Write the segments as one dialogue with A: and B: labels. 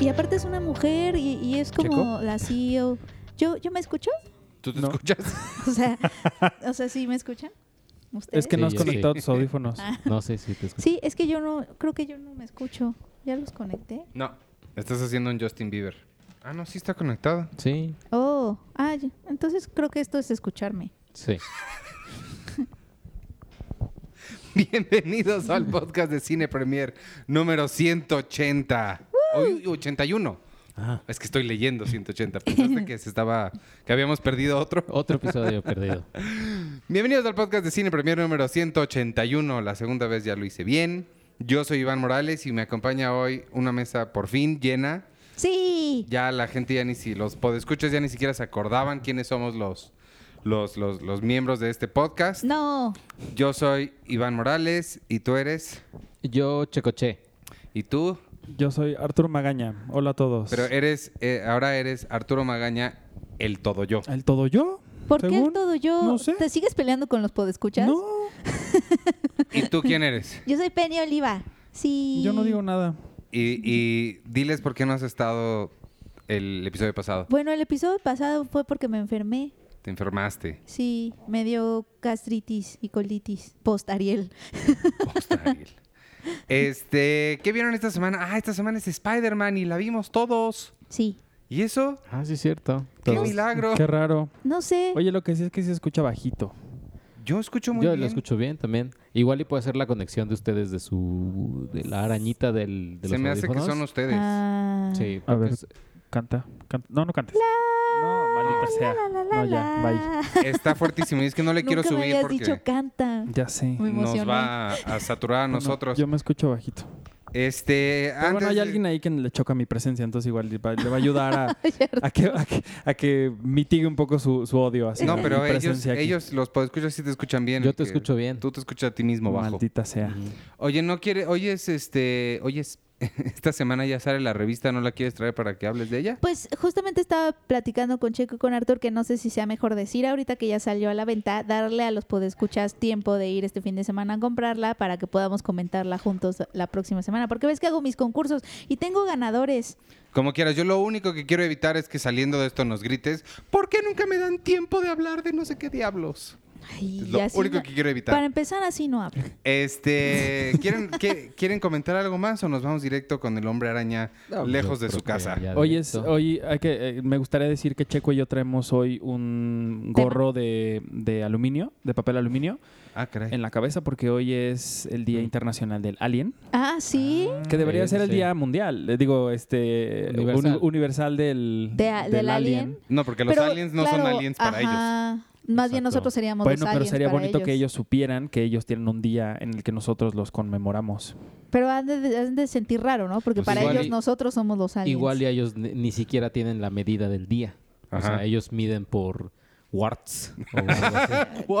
A: Y aparte es una mujer y, y es como
B: ¿Checo?
A: la CEO. ¿Yo, ¿Yo me escucho?
B: ¿Tú te
C: No.
B: escuchas?
A: O sea, o sea, ¿sí me escuchan? ¿Ustedes?
C: Es que no has
D: Sí,
C: conectado tus audífonos.
A: Ah,
D: No sé si te escucho.
A: sí, es que yo no, creo que yo no me escucho. ¿Ya los conecté?
B: No. Estás haciendo un Justin Bieber. Ah, no, sí está conectado.
D: Sí,
A: Oh, ah, ya. entonces creo que esto es escucharme.
D: sí.
B: Bienvenidos al podcast de Cine Premier número 180. Hoy 81.
D: Ah,
B: Es que estoy leyendo 180. Pensaste que se estaba que habíamos perdido otro.
D: otro episodio perdido.
B: Bienvenidos al podcast de Cine Premier número 181. La segunda vez ya lo hice bien. Yo soy Iván Morales y me acompaña hoy una mesa por fin llena.
A: Sí.
B: Ya la gente ya ni si los podescuchas ya ni siquiera se acordaban quiénes somos los los, los, los miembros de este podcast.
A: No.
B: Yo soy Iván Morales y tú eres
D: Yo checoché.
B: y tú,
C: Yo soy Arturo Magaña. Hola a todos.
D: Pues,
B: pero eres eh, ahora eres Arturo Magaña el todo yo.
C: ¿El todo yo?
A: ¿Por qué
C: ¿Según?
A: el todo yo?
C: No sé.
A: ¿Te sigues peleando con los podescuchas?
C: No,
B: ¿Y tú quién eres?
A: Yo soy Penny Oliva. Sí.
C: yo no digo nada.
B: Y, y diles por qué no has estado el episodio pasado.
A: Bueno, el episodio pasado fue porque me enfermé.
B: Te enfermaste.
A: Sí, me dio gastritis y colitis post Ariel.
B: Ostagil. Este, ¿qué vieron esta semana? Ah, esta semana es Spider-Man y la vimos todos.
A: Sí.
B: ¿Y eso?
D: Ah, sí, cierto.
B: ¡Qué
D: Todos.
B: milagro!
C: Qué raro.
A: No sé.
C: Oye, lo que sí es que se escucha bajito.
B: Yo escucho muy
D: Yo
B: bien.
D: lo escucho bien también. Igual y puede ser la conexión de ustedes de su de la arañita del de
B: Se
D: los
B: me hace que
D: audífonos.
B: son ustedes.
A: Ah.
D: Sí,
C: A
D: creo que
C: ver.
D: es-
C: Canta, canta. No, no cantes. No, maldita sea.
A: Ah, La, la, la,
C: No, ya,
A: la.
C: bye.
B: Está fuertísimo. Y es que no le quiero
A: Nunca me
B: subir
A: habías
B: porque
A: dicho canta.
C: Ya sé.
A: Me emocioné.
B: nos va a, a saturar a nosotros.
C: Yo me escucho bajito.
B: Este,
C: Pero
B: antes
C: bueno, hay
B: de-
C: alguien ahí que le choca mi presencia, entonces igual le va, le va a ayudar a, a que, a, que, a que mitigue un poco su, su odio. hacia
B: No,
C: mi
B: pero ellos,
C: presencia aquí.
B: ellos los podescuchas sí te escuchan bien.
D: Yo te
B: porque
D: escucho bien.
B: Tú te escuchas a ti mismo bajo.
C: Maldita sea.
D: mm,
B: Oye, no quiere, oye, es este, oye, es- esta semana ya sale la revista, ¿no la quieres traer para que hables de ella?
A: Pues justamente estaba platicando con Checo y con Arthur que no sé si sea mejor decir ahorita que ya salió a la venta, darle a los podescuchas tiempo de ir este fin de semana a comprarla para que podamos comentarla juntos la próxima semana. Porque ves que hago mis concursos y tengo ganadores.
B: Como quieras, yo lo único que quiero evitar es que saliendo de esto nos grites, ¿por qué nunca me dan tiempo de hablar de no sé qué diablos?
A: Ay,
B: Es lo
A: y así
B: único
A: no-
B: que quiero evitar.
A: Para empezar, así no hablo.
B: Este, ¿quieren, qué- ¿quieren comentar algo más o nos vamos directo con el hombre araña
D: No,
B: lejos
D: yo
B: de su
D: creo que
B: casa?
D: ya
C: Hoy es,
D: directo.
C: hoy hay que, eh, me gustaría decir que Checo y yo traemos hoy un gorro de, de aluminio, de papel aluminio,
B: Ah, caray.
C: en la cabeza porque hoy es el Día Internacional del Alien,
A: Ah, sí.
C: que debería
D: sí,
C: ser el
D: sí.
C: Día Mundial, eh, digo, este, uni- universal,
D: Universal.
C: del,
A: De- del alien.
B: No, porque los
A: Pero,
B: aliens no
A: claro,
B: son aliens para ellos.
A: ajá. Más bien
D: Exacto.
A: nosotros seríamos
C: Bueno,
A: los
C: pero
A: aliens
C: sería
A: para
C: bonito que ellos supieran que ellos tienen un día en el que nosotros los conmemoramos.
A: Pero han de, han de sentir raro, ¿no? Porque
D: Pues
A: para
D: igual
A: ellos
D: y-
A: nosotros somos los aliens.
D: Igual y ellos ni, ni siquiera tienen la medida del día. O
B: Ajá.
D: sea, ellos miden por warts. o algo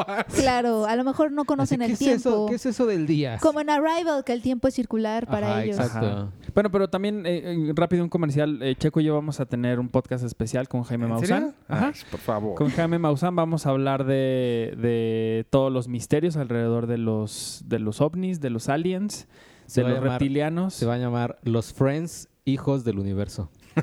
D: así.
A: Claro, a lo mejor no conocen
D: Así,
A: el
D: ¿qué
A: tiempo.
D: Es eso, ¿Qué es eso del día?
A: Como en Arrival, que el tiempo es circular para
D: Ajá,
A: ellos.
D: exacto.
C: Ajá. Bueno, pero también eh, eh, rápido un comercial. eh, Checo y yo vamos a tener un podcast especial con Jaime
B: ¿En
C: Maussan.
B: serio? Ah,
C: Ajá.
B: Ay, por favor.
C: Con Jaime Maussan vamos a hablar de, de todos los misterios alrededor de los, de los ovnis, de los aliens,
D: Se
C: de
D: va a
C: los
D: llamar-
C: reptilianos.
D: Se va a llamar Los Friends Hijos del Universo.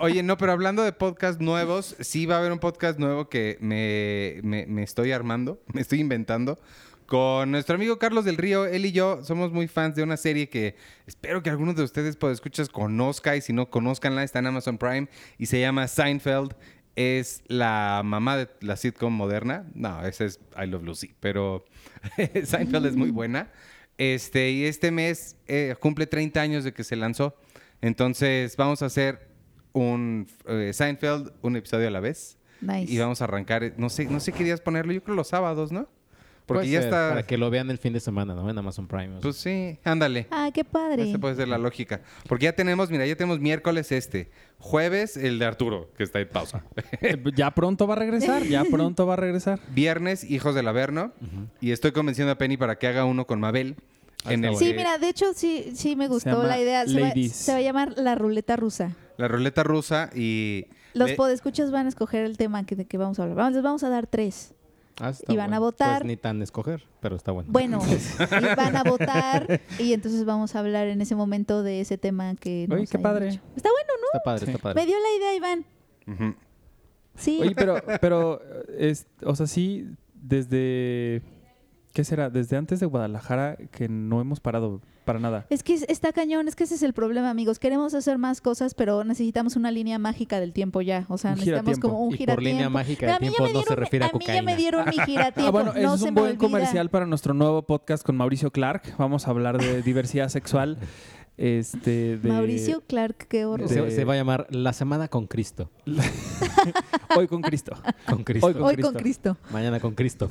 B: Oye, no, pero hablando de podcast nuevos, sí va a haber un podcast nuevo que me, me- me estoy armando, me estoy inventando. Con nuestro amigo Carlos del Río, él y yo somos muy fans de una serie que espero que algunos de ustedes por escuchas conozca y si no conozcanla, está en Amazon Prime y se llama Seinfeld. Es la mamá de la sitcom moderna. No, esa es I Love Lucy, pero Seinfeld es
C: Mm.
B: muy buena. Este, y este mes eh, cumple 30 años de que se lanzó. Entonces vamos a hacer un eh, Seinfeld, un episodio a la vez.
A: Nice.
B: Y vamos a arrancar, eh, no sé, no sé qué días ponerlo, yo creo los sábados, ¿no? Porque
D: Puede
B: ya
D: ser,
B: está...
D: Para que lo vean el fin de semana, ¿no? En Amazon Prime. o sea.
B: Pues sí, ándale.
A: Ah, qué padre.
B: Esa puede ser la lógica. Porque ya tenemos, mira, ya tenemos miércoles este, jueves el de Arturo, que está en pausa.
C: Eh, ya pronto va a regresar, ya pronto va a regresar.
B: Viernes, Hijos del Averno. Y estoy convenciendo a Penny para que haga uno con Mabel.
D: Ah,
B: en
D: está
B: el
A: Sí,
B: que
A: mira, de hecho sí, sí me gustó
C: llama
A: la idea. Se va,
C: Ladies.
A: se va a llamar la ruleta rusa.
B: La ruleta rusa y...
A: Los
B: le-
A: podescuchas van a escoger el tema que, de que vamos a hablar. Vamos, les vamos a dar tres.
D: Ah, está
A: Y van a
D: bueno.
A: votar.
D: Pues ni tan escoger, pero está bueno.
A: Bueno, y van a votar y entonces vamos a hablar en ese momento de ese tema que...
C: Oye,
A: nos
C: qué
A: hayan
C: padre.
A: dicho. Está bueno,
D: Está padre,
C: Sí.
D: está
A: me
D: padre.
A: dio la idea Iván.
B: Ujú.
A: Sí,
C: Oye, pero, pero es, o sea, sí, desde, ¿qué será? Desde antes de Guadalajara que no hemos parado para nada.
A: es que es- está cañón, es que ese es el problema amigos. Queremos hacer más cosas, pero necesitamos una línea mágica del tiempo ya. O sea,
C: Un
A: necesitamos
C: giratiempo.
A: como un
D: y por línea
A: giratiempo.
D: mágica
A: Pero
D: de
A: a mí ya
D: tiempo
A: me
D: no se
A: dieron-
D: refiere a
A: mí ya
D: cocaína.
A: me dieron mi giratiempo.
C: Ah, bueno,
A: no
C: ese es
A: se
C: un
A: me
C: buen
A: olvida.
C: comercial para nuestro nuevo podcast con Mauricio Clark. Vamos a hablar de diversidad sexual. Este, de,
A: Mauricio Clark, qué horror.
D: Se,
C: de-
D: se va a llamar La Semana con Cristo.
C: Hoy con Cristo.
D: Con Cristo.
C: Hoy con
A: Hoy con Cristo.
D: Mañana con Cristo.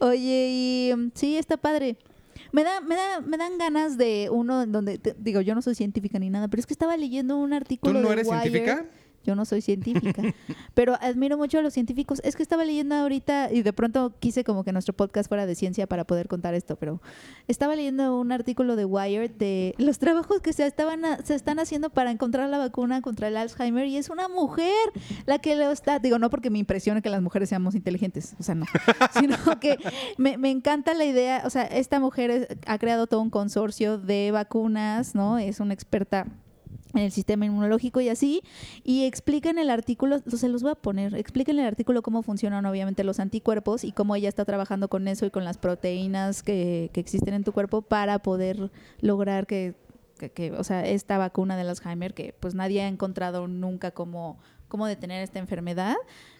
A: Oye, y mm, sí, está padre. Me, da, me, da, me dan ganas de uno en donde, te- digo, yo no soy científica ni nada, pero es que estaba leyendo un
B: ¿Tú
A: artículo.
B: no
A: de
B: eres
A: Wired.
B: científica?
A: Yo no soy científica, pero admiro mucho a los científicos. Es que estaba leyendo ahorita y de pronto quise como que nuestro podcast fuera de ciencia para poder contar esto, pero estaba leyendo un artículo de Wired de los trabajos que se estaban a- se están haciendo para encontrar la vacuna contra el Alzheimer y es una mujer la que lo está. Digo, no porque me impresione que las mujeres seamos inteligentes, o sea, no, sino que me, me encanta la idea. O sea, esta mujer es- ha creado todo un consorcio de vacunas, ¿no? Es una experta en el sistema inmunológico y así, y explica en el artículo, lo- se los voy a poner, explica en el artículo cómo funcionan obviamente los anticuerpos y cómo ella está trabajando con eso y con las proteínas que, que existen en tu cuerpo para poder lograr que, que- que, o sea, esta vacuna del Alzheimer, que pues nadie ha encontrado nunca cómo, cómo detener esta enfermedad,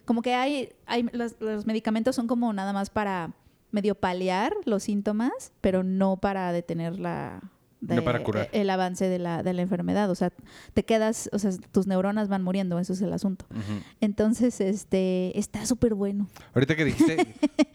A: como que hay, hay los, los medicamentos son como nada más para medio paliar los síntomas, pero no para detener la...
B: No para curar.
A: El avance de la, de la enfermedad. O sea, te quedas, o sea, tus neuronas van muriendo, eso es el asunto.
B: Ujú.
A: Entonces, este, está súper bueno.
B: Ahorita que dijiste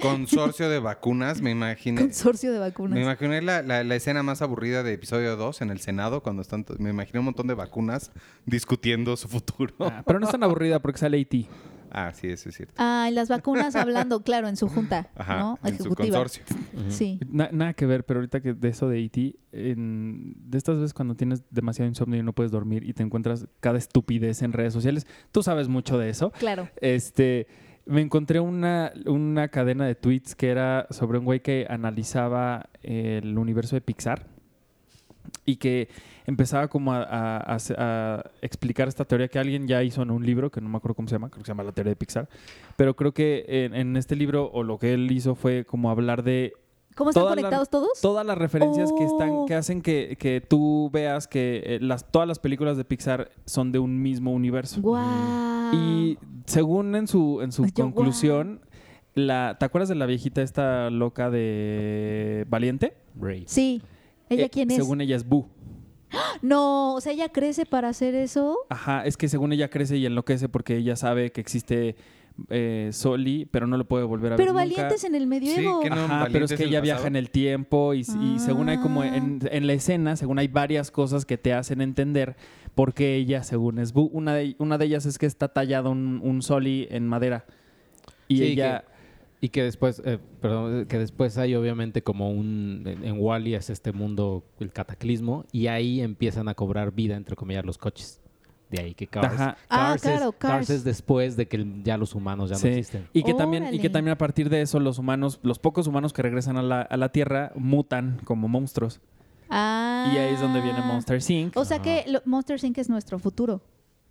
B: consorcio de vacunas, me imaginé.
A: Consorcio de vacunas.
B: Me imaginé la, la- la escena más aburrida de episodio 2 en el Senado, cuando están. to- Me imaginé un montón de vacunas discutiendo su futuro.
C: Ah, pero no es tan aburrida porque sale E IT.
B: Ah, sí, eso es cierto.
A: Ah, y las vacunas hablando, claro, en su junta,
B: Ajá,
A: ¿no?
B: en su consorcio.
A: Sí.
C: Na- nada que ver, pero ahorita que de eso de IT, en- de estas veces cuando tienes demasiado insomnio y no puedes dormir y te encuentras cada estupidez en redes sociales, tú sabes mucho de eso.
A: Claro.
C: Este, me encontré una, una cadena de tweets que era sobre un güey que analizaba el universo de Pixar y que empezaba como a, a- a hace- a explicar esta teoría que alguien ya hizo en un libro, que no me acuerdo cómo se llama, creo que se llama La teoría de Pixar, pero creo que en, en este libro o lo que él hizo fue como hablar de
A: ¿Cómo están
C: Toda la-
A: conectados todos?
C: todas las referencias que
A: Oh.
C: están que hacen que, que tú veas que eh, las, todas las películas de Pixar son de un mismo universo.
A: Guau.
C: Y según en su, en su
A: Ah. Ay, yo,
C: conclusión, la, ¿te acuerdas de la viejita esta loca de Valiente?
D: Brave.
A: Sí. ¿Ella
C: Eh,
A: quién es?
C: Según ella es Boo.
A: No, o sea, ella crece para hacer eso.
C: Ajá, es que según ella crece y enloquece porque ella sabe que existe eh, Soli, pero no lo puede volver a
A: Pero
C: ver. nunca.
A: valientes en el medioevo.
B: que no-
C: Ajá, pero
B: Valiente
C: es
B: es
C: que
B: el
C: ella
B: pasado.
C: viaja en el tiempo y, y según hay como
A: Ah.
C: en, en la escena, según hay varias cosas que te hacen entender por qué ella, según es Boo. Una de, una de ellas es que está tallado un, un Soli en madera y
D: Sí,
C: ella...
D: Y que después, eh, perdón, eh, que después hay obviamente como un, en, en Wally es este mundo, el cataclismo, y ahí empiezan a cobrar vida, entre comillas, los coches. De ahí que Cars,
C: Ajá.
A: Ah,
D: Cars
A: claro,
D: es, Cars
A: Cars.
D: es después de que el- ya los humanos ya
C: Sí.
D: no existen.
C: Y que, también, y
A: Órale.
C: que también a partir de eso los humanos, los pocos humanos que regresan a la, a la Tierra mutan como monstruos.
A: Ah.
C: Y ahí es donde viene Monster Inc.
A: O sea que lo- Monster Inc. es nuestro futuro.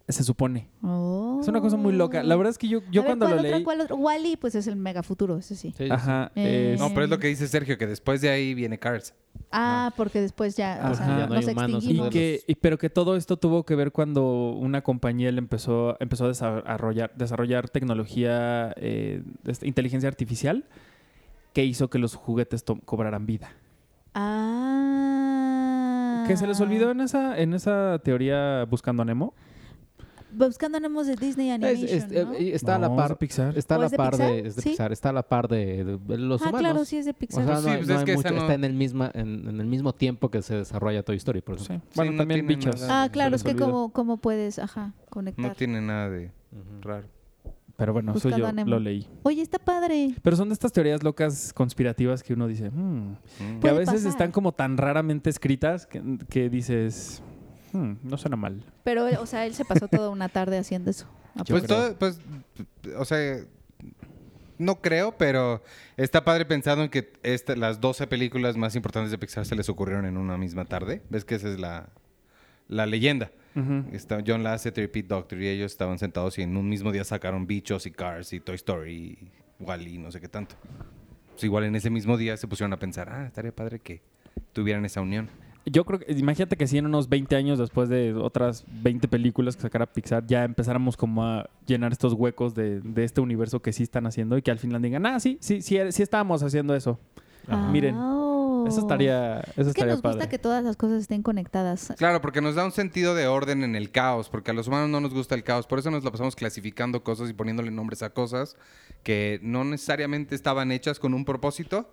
C: Se supone.
A: Oh.
C: Es una cosa muy loca. La verdad es que yo, yo
A: A ver,
C: cuando
A: ¿cuál
C: lo
A: otra,
C: leí...
A: ¿Cuál otro? Wally, pues es el mega futuro, eso sí.
D: Sí, sí,
C: Ajá.
A: Eh,
C: es-
B: No, pero es lo que dice Sergio, que después de ahí viene Cars.
A: Ah, porque después ya, o sea,
C: Ajá. Ya
D: no
A: nos
D: hay humanos,
C: Y
D: uno pues, de
A: extinguimos.
C: que, y- pero que todo esto tuvo que ver cuando una compañía le empezó, empezó a desarrollar, desarrollar tecnología, eh, este, inteligencia artificial, que hizo que los juguetes to- cobraran vida.
A: Ah.
C: Que se les olvidó en esa, en esa teoría buscando a
A: Ah.
C: Nemo.
A: Buscando Nemos de Disney
D: sí. Es-
A: Animation,
D: es-
A: ¿no?
D: eh, está a
C: No,
D: la
C: es de
D: par
C: Pixar.
D: Está a
A: ¿O
D: la
A: es de
D: par de,
A: Pixar?
D: es de
A: ¿Sí?
D: Pixar, está a la par de, de- de los
A: ah,
D: humanos.
A: claro, sí es de
D: O
A: Pixar.
D: sea,
B: Pues sí,
D: no, hay-
B: pues
D: no
B: es
D: hay
B: que esa
D: mucho.
B: no-
D: Está en el, misma, en, en el mismo tiempo que se desarrolla Toy Story, por eso.
C: Sí. Bueno,
B: no
C: también
B: tiene
C: bichos.
B: nada.
A: ah, claro, es
C: Se
A: que
C: les olvidó.
A: como, como puedes, ajá, conectar.
B: No tiene nada de raro.
C: Pero bueno, eso
A: Buscando
C: yo
A: a Nemo.
C: lo leí.
A: Oye, está padre.
C: Pero son de estas teorías locas conspirativas que uno dice, "Hmm",
B: Mm.
C: que a
A: Puede
C: veces
A: pasar.
C: están como tan raramente escritas que, que dices, "Hmm, no suena mal.
A: Pero, o sea, él se pasó toda una tarde haciendo eso. ¿A
C: Yo
B: Pues
C: creo.
B: todo, pues, o sea, no creo, pero está padre pensando en que esta- las 12 películas más importantes de Pixar se les ocurrieron en una misma tarde. Ves que esa es la, la leyenda.
C: Ujú.
B: Está John Lasseter y Pete Doctor y ellos estaban sentados y en un mismo día sacaron Bichos y Cars y Toy Story y Wally y no sé qué tanto. Pues igual en ese mismo día se pusieron a pensar, ah, estaría padre que tuvieran esa unión.
C: Yo creo que, imagínate que si en unos 20 años después de otras 20 películas que sacara Pixar, ya empezáramos como a llenar estos huecos de, de este universo que sí están haciendo y que al final digan, ah, sí, sí, sí, sí estábamos haciendo eso.
A: Ah.
C: Miren, Eso estaría, eso
A: Es que
C: estaría
A: nos
C: padre.
A: gusta que todas las cosas estén conectadas.
B: Claro, porque nos da un sentido de orden en el caos, porque a los humanos no nos gusta el caos, por eso nos la pasamos clasificando cosas y poniéndole nombres a cosas que no necesariamente estaban hechas con un propósito,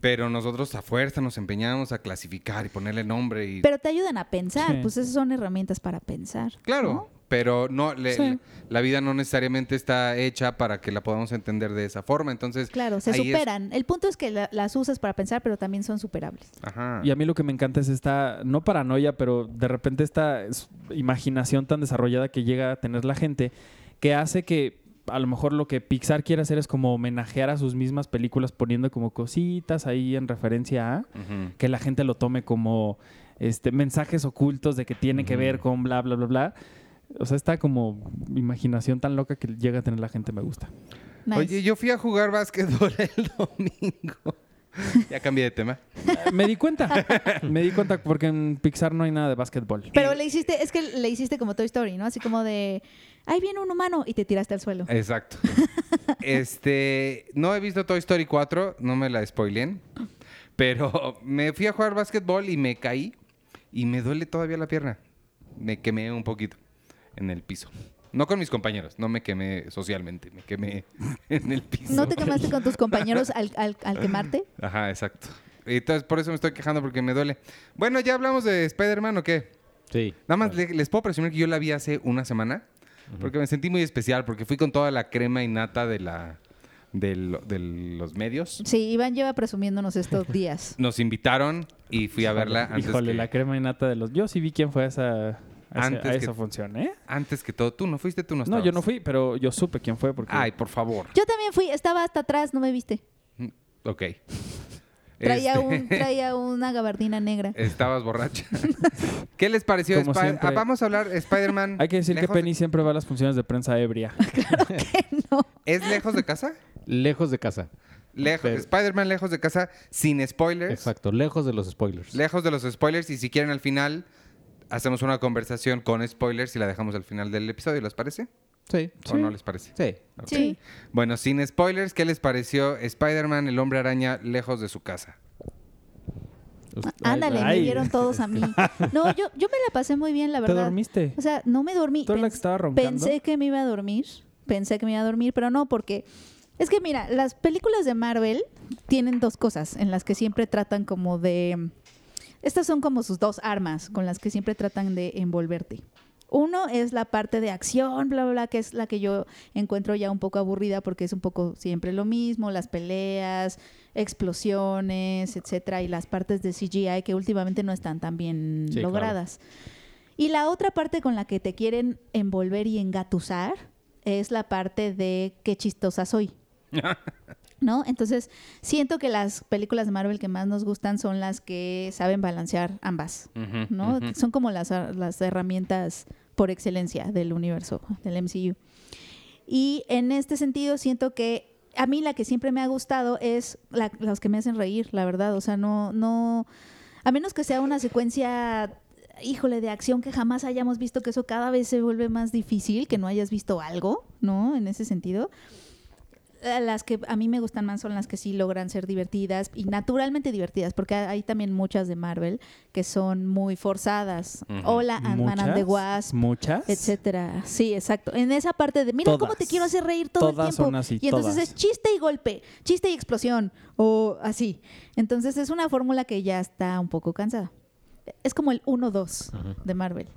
B: pero nosotros a fuerza nos empeñamos a clasificar y ponerle nombre y
A: Pero te ayudan a pensar,
C: Sí.
A: pues esas son herramientas para pensar.
B: claro,
A: ¿no?
B: pero no le-
C: Sí.
B: la, la vida no necesariamente está hecha para que la podamos entender de esa forma, entonces
A: Claro, se
B: ahí es-
A: superan. El punto es que la- las usas para pensar, pero también son superables.
B: Ajá.
C: Y a mí lo que me encanta es esta, no paranoia, pero de repente esta es- imaginación tan desarrollada que llega a tener la gente, que hace que a lo mejor lo que Pixar quiere hacer es como homenajear a sus mismas películas poniendo como cositas ahí en referencia a,
B: Ujú.
C: que la gente lo tome como este mensajes ocultos de que tiene que ver con bla, bla, bla, bla. O sea, esta como imaginación tan loca que llega a tener la gente me gusta.
A: Nice.
B: Oye, yo fui a jugar básquetbol el domingo. ya cambié de tema.
C: Eh, Me di cuenta, me di cuenta porque en Pixar no hay nada de básquetbol.
A: pero le hiciste, es que le hiciste como Toy Story, ¿no? Así como de, ahí viene un humano y te tiraste al suelo.
B: Exacto. este, no he visto Toy Story 4, no me la spoileen, pero me fui a jugar básquetbol y me caí y me duele todavía la pierna. Me quemé un poquito en el piso. No con mis compañeros, no me quemé socialmente, me quemé en el piso.
A: ¿No te quemaste con tus compañeros al, al- al quemarte?
B: Ajá, exacto. Entonces, por eso me estoy quejando porque me duele. Bueno, ya hablamos de Spider-Man o qué?
D: Sí.
B: Nada más le- les puedo presumir que yo la vi hace una semana porque me sentí muy especial porque fui con toda la crema y nata de la de, lo- de los medios.
A: Sí, Iván lleva presumiéndonos estos días.
B: Nos invitaron y fui a verla antes
C: Híjole,
B: que
C: la crema y nata de los. Yo sí vi quién fue a esa, a esa-
B: Antes
C: a
B: que-
C: esa función, ¿eh?
B: antes que todo tú no fuiste, tú no
C: No,
B: estabas.
C: yo no fui, pero yo supe quién fue porque.
B: Ay, por favor.
A: Yo también fui, estaba hasta atrás, no me viste.
B: Ok.
A: Traía,
B: Este,
A: un, traía una gabardina negra.
B: Estabas borracha. ¿Qué les pareció?
C: Como
B: Spi-
C: siempre.
B: Ah, vamos a hablar Spider-Man.
C: Hay que decir que
B: lejos-
C: Penny siempre va a las funciones de prensa ebria.
B: ¿Es lejos de casa?
D: Lejos de casa.
B: Lejos.
D: Pero-
B: Spider-Man lejos de casa, sin spoilers.
D: Exacto, lejos de los spoilers.
B: Lejos de los spoilers y si quieren al final hacemos una conversación con spoilers y la dejamos al final del episodio, ¿les parece?
D: sí.
B: ¿O no les parece?
D: Sí.
B: Ok.
A: Sí.
B: Bueno, sin spoilers, ¿qué les pareció Spider-Man, el hombre araña, lejos de su casa?
A: Ah, Ándale,
C: Ay.
A: me dieron todos a mí. No, yo, yo me la pasé muy bien, la
C: ¿Te
A: verdad.
C: dormiste?
A: O sea, no me dormí.
C: ¿Tú eres la
A: Pens-
C: que estaba roncando?
A: Pensé que me iba a dormir. Pensé que me iba a dormir, pero no, porque. Es que mira, las películas de Marvel tienen dos cosas en las que siempre tratan como de. Estas son como sus dos armas con las que siempre tratan de envolverte. Uno es la parte de acción, bla, bla, bla, que es la que yo encuentro ya un poco aburrida porque es un poco siempre lo mismo, las peleas, explosiones, etcétera, y las partes de CGI que últimamente no están tan bien
D: Sí, claro.
A: logradas. Y la otra parte con la que te quieren envolver y engatusar es la parte de qué chistosa soy. ¿No? Entonces, siento que las películas de Marvel que más nos gustan son las que saben balancear ambas. ¿no? Son como las, ar- las herramientas por excelencia del universo, del MCU. Y en este sentido siento que a mí la que siempre me ha gustado es la- las que me hacen reír, la verdad. O sea, no, no, a menos que sea una secuencia, híjole, de acción que jamás hayamos visto, que eso cada vez se vuelve más difícil, que no hayas visto algo, ¿no? En ese sentido. Eh, Las que a mí me gustan más son las que sí logran ser divertidas y naturalmente divertidas, porque hay también muchas de Marvel que son muy forzadas.
B: Ujú.
A: Hola, Ant-Man and the Wasp
C: Muchas.
A: etcétera. Sí, exacto. En esa parte de, mira cómo te
C: Todas.
A: quiero hacer reír todo el
C: Todas
A: tiempo.
C: son así,
A: y entonces
C: todas.
A: es chiste y golpe, chiste y explosión o así. Entonces es una fórmula que ya está un poco cansada. Es como el 1-2
D: Ajá.
A: de Marvel.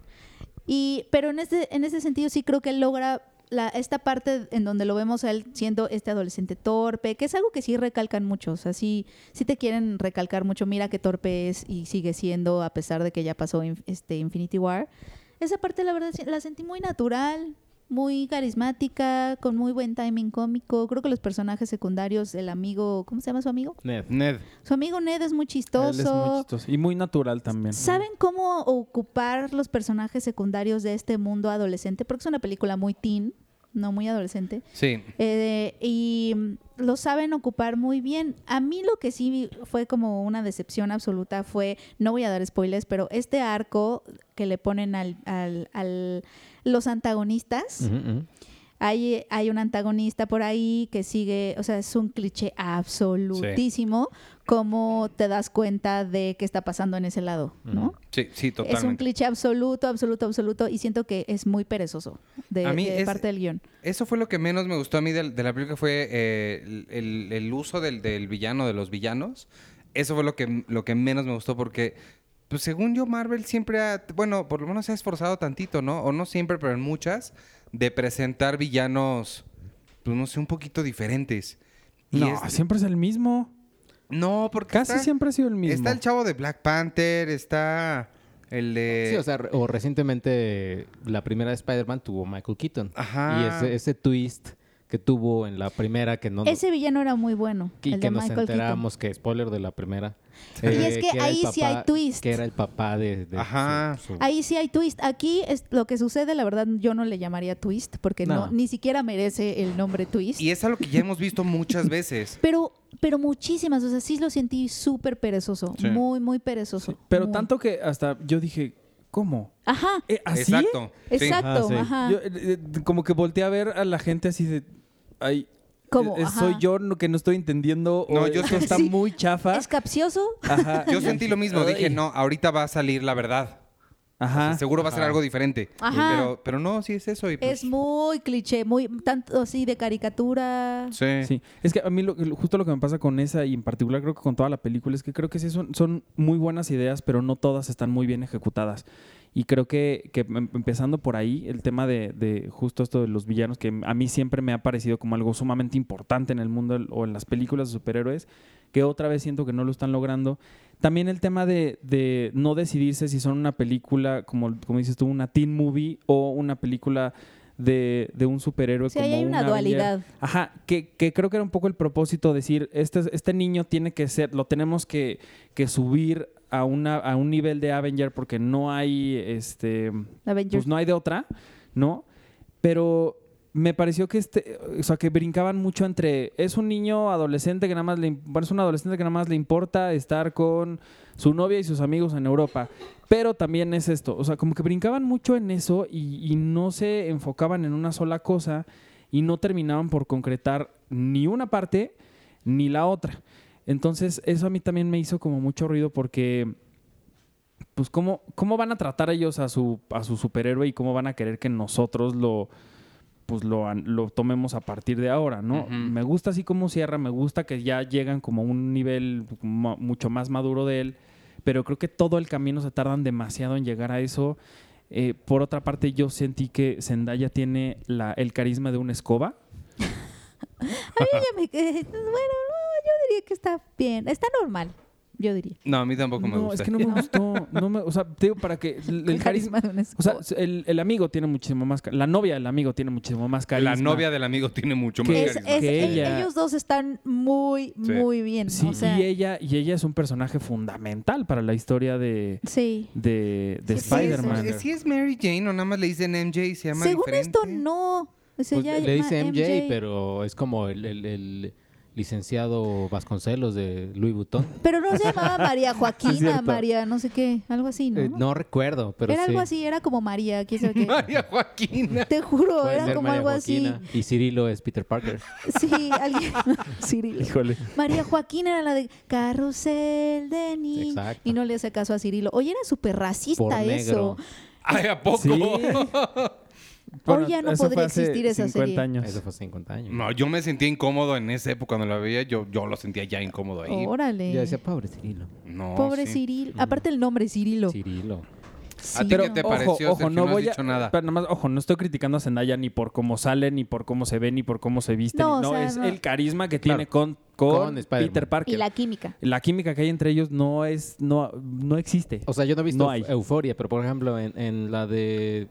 A: Y pero en este en ese sentido sí creo que logra la, esta parte en donde lo vemos a él siendo este adolescente torpe, que es algo que sí recalcan muchos, así sí te quieren recalcar mucho, mira qué torpe es y sigue siendo a pesar de que ya pasó in- este Infinity War. Esa parte la verdad sí- la sentí muy natural, muy carismática, con muy buen timing cómico. Creo que los personajes secundarios, el amigo, ¿cómo se llama su amigo?
D: Ned.
B: Ned.
A: Su amigo Ned es muy chistoso.
C: Él es muy chistoso. Y muy natural también.
A: ¿Saben cómo ocupar los personajes secundarios de este mundo adolescente? Porque es una película muy teen, no muy adolescente.
B: Sí.
A: Eh, y mm, lo saben ocupar muy bien. A mí lo que sí fue como una decepción absoluta fue, no voy a dar spoilers, pero este arco que le ponen al, al- al- los antagonistas.
D: Ujú, ujú.
A: Hay, hay un antagonista por ahí que sigue, o sea, es un cliché absolutísimo, cómo te das cuenta de qué está pasando en ese lado, ¿no?
B: Sí, sí,
A: Es un
B: totalmente.
A: cliché absoluto, absoluto, absoluto, y siento que es muy perezoso de,
B: A mí
A: de
B: es-
A: parte del guión.
B: Eso fue lo que menos me gustó a mí del- de, la película, fue eh, el, el- el uso del, del villano, de los villanos. Eso fue lo que, lo que menos me gustó porque, pues según yo, Marvel siempre ha, bueno, por lo menos se ha esforzado tantito, ¿no? O no siempre, pero en muchas, de presentar villanos, pues no sé, un poquito diferentes. Y
C: No,
B: este-
C: siempre es el mismo.
B: no, porque
C: Casi
B: está-
C: siempre ha sido el mismo.
B: Está el chavo de Black Panther, está el de...
D: Sí, o sea, re- o recientemente la primera de Spider-Man tuvo Michael Keaton.
B: Ajá.
D: Y ese, ese twist que tuvo en la primera que no...
A: Ese villano era muy bueno,
D: y
A: el
D: que
A: de
D: nos
A: Michael Keaton.
D: enteramos que spoiler de la primera. eh,
A: Y es que
D: era el
A: ahí sí hay twist.
D: Que era el papá de... de
B: Ajá.
D: su- su-
A: Ahí sí hay twist. Aquí es lo que sucede, la verdad, yo no le llamaría twist, porque no,
D: No.
A: ni siquiera merece el nombre twist.
B: Y es algo que ya hemos visto muchas veces.
A: Pero, pero muchísimas, o sea, sí lo sentí súper perezoso,
B: Sí.
A: muy, muy
C: Sí,
A: perezoso.
C: Pero
A: muy.
C: tanto que hasta yo dije, ¿cómo?
A: Ajá,
C: ¿Eh, ¿Así?
B: Exacto. Sí.
A: exacto,
D: Ah, sí.
A: ajá.
C: Yo, eh, eh, como que volteé a ver a la gente así de. Ay,
A: ¿Cómo?
C: eh,
A: Ajá.
C: ¿Soy yo no- que no estoy entendiendo?
B: No,
C: o
B: yo
C: esto
B: sí.
C: está
A: Sí.
C: muy chafa.
A: ¿Es capcioso?
C: Ajá.
B: Yo sentí lo mismo, dije,
C: Ay.
B: no, ahorita va a salir la verdad.
C: Ajá.
B: Seguro va a ser algo diferente.
A: Ajá.
B: Pero, pero no, sí es eso. Y pues-
A: Es muy cliché, muy tanto así de caricatura.
B: Sí.
C: Sí, es que a mí lo- lo- justo lo que me pasa con esa y en particular creo que con toda la película es que creo que sí son, son muy buenas ideas, pero no todas están muy bien ejecutadas. Y creo que, que em- empezando por ahí, el tema de, de justo esto de los villanos, que a mí siempre me ha parecido como algo sumamente importante en el mundo del- o en las películas de superhéroes, que otra vez siento que no lo están logrando. También el tema de, de no decidirse si son una película, como, como dices tú, una teen movie o una película de, de un superhéroe.
A: Sí, ahí
C: como
A: hay
C: un
A: una
C: Avenger.
A: dualidad.
C: Ajá, que, que creo que era un poco el propósito decir, este, este niño tiene que ser, lo tenemos que, que subir a, una, a un nivel de Avenger porque no hay, este,
A: Avengers.
C: pues no hay de otra, ¿no? Pero me pareció que este, o sea, que brincaban mucho entre, es un niño adolescente que nada más le, im- bueno, es un adolescente que nada más le importa estar con su novia y sus amigos en Europa, pero también es esto, o sea, como que brincaban mucho en eso y, y no se enfocaban en una sola cosa y no terminaban por concretar ni una parte ni la otra. Entonces, eso a mí también me hizo como mucho ruido porque pues cómo, cómo van a tratar ellos a su, a su superhéroe y cómo van a querer que nosotros lo pues lo, an- lo tomemos a partir de ahora, ¿no?
B: Ujú.
C: Me gusta así como cierra, me gusta que ya llegan como a un nivel ma- mucho más maduro de él, pero creo que todo el camino se tardan demasiado en llegar a eso. Eh, por otra parte, yo sentí que Zendaya tiene la- el carisma de una escoba.
A: Ella me- bueno, no, yo diría que está bien, está normal, yo diría.
B: No, a mí tampoco me
C: no,
B: gusta.
C: es que no me gustó. No me, o sea, te digo, para que el, el carisma...
A: de una
C: O sea,
A: escoba.
C: el, el amigo tiene muchísimo más... ca- La novia del amigo tiene muchísimo más carisma.
B: La novia del amigo tiene mucho más
C: Que-
A: Es-
B: carisma.
A: es-
C: que
A: el-
C: ella-
A: ellos dos están muy,
B: Sí.
A: muy bien.
C: Sí,
A: o sea,
C: y, ella, y ella es un personaje fundamental para la historia de,
A: sí.
C: de, de
A: Sí, sí,
C: Spider-Man.
B: Sí, es Mary Jane o nada más le dicen MJ y se llama
A: Según
B: diferente?
A: esto, no. O sea,
D: Pues,
A: ya
D: le dice
A: llama
D: MJ, pero es como el, el- el licenciado Vasconcelos de Louis Vuitton.
A: Pero no se llamaba María
C: Sí, es
A: Joaquina,
C: cierto.
A: María, no sé qué, algo así, ¿no?
D: Eh, no recuerdo, pero
A: era
D: sí.
A: algo así, era como María, quién sabe qué.
B: María Joaquina.
A: Te juro,
D: Puede
A: era
D: ser
A: como
D: María
A: algo
D: Joaquina, Y Cirilo es Peter Parker.
A: así. Sí, alguien. Cirilo.
C: Híjole.
A: María Joaquina era la de Carrusel de Niños.
D: Exacto.
A: Y no le hace caso a Cirilo. Oye, era súper racista
D: Por
A: eso.
D: negro.
B: Ay, ¿a poco?
C: Sí.
A: Hoy ya no
C: eso fue
A: podría
C: hace
A: existir esa
C: 50
A: serie.
C: años.
D: Eso fue hace 50 años.
B: No, yo me sentía incómodo en esa época cuando la veía. Yo, yo lo sentía ya incómodo ahí.
A: Órale.
D: Yo decía, pobre Cirilo.
C: Oh,
B: No,
A: Pobre
B: sí.
A: Cirilo. Aparte el nombre, Cirilo.
D: Cirilo.
B: ¿A ti
A: Sí,
B: qué
A: no.
B: te
C: Ojo,
B: pareció?
C: ojo,
B: Sergio? no,
C: no voy
B: has
C: a-
B: dicho nada.
C: pero nomás, ojo, no estoy criticando a Zendaya ni por cómo sale, ni por cómo se ve, ni por cómo se viste.
A: No,
C: No,
A: o sea,
C: es
A: no.
C: el carisma que
D: Claro.
C: tiene con, con,
D: Con Spider-Man.
C: Peter Parker.
A: Y la química.
C: La química que hay entre ellos no es, no, no existe.
D: O sea, yo no he visto
C: No hay.
D: Euf- Euforia, pero por ejemplo, en, en la de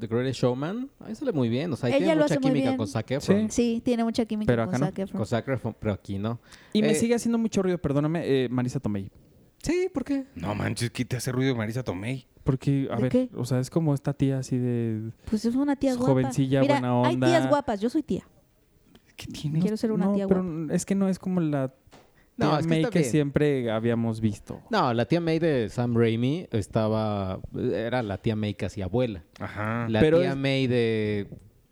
D: The Greatest Showman, ahí sale muy bien. O sea, ahí
A: Ella
D: tiene
A: lo
D: mucha
A: hace muy
D: química
A: bien.
D: con Zac Efron.
A: Sí, tiene mucha química
C: Pero
A: con
C: acá no.
A: Zac Efron.
D: Con Zac Efron, pero aquí no.
C: y me
D: eh,
C: sigue haciendo mucho ruido, perdóname, eh, Marisa Tomei.
D: Sí, ¿por qué?
B: No manches, ¿qué te hace ruido Marisa Tomei?
C: Porque, a
A: ¿De
C: ver,
A: qué?
C: o sea, es como esta tía así de...
A: Pues es una tía
C: Es
A: guapa.
C: jovencilla,
A: Mira,
C: buena onda.
A: Hay tías guapas, yo soy tía.
B: ¿Qué tiene?
A: Quiero ser una
C: no,
A: tía
C: pero
A: guapa.
C: es que no es como la
D: No,
C: tía
D: es que
C: May
D: está
C: que
D: bien.
C: siempre habíamos visto.
D: No, la tía May de Sam Raimi estaba. Era la tía May casi abuela.
B: Ajá.
D: La
C: Ah. Pero
D: tía
C: es-
D: May de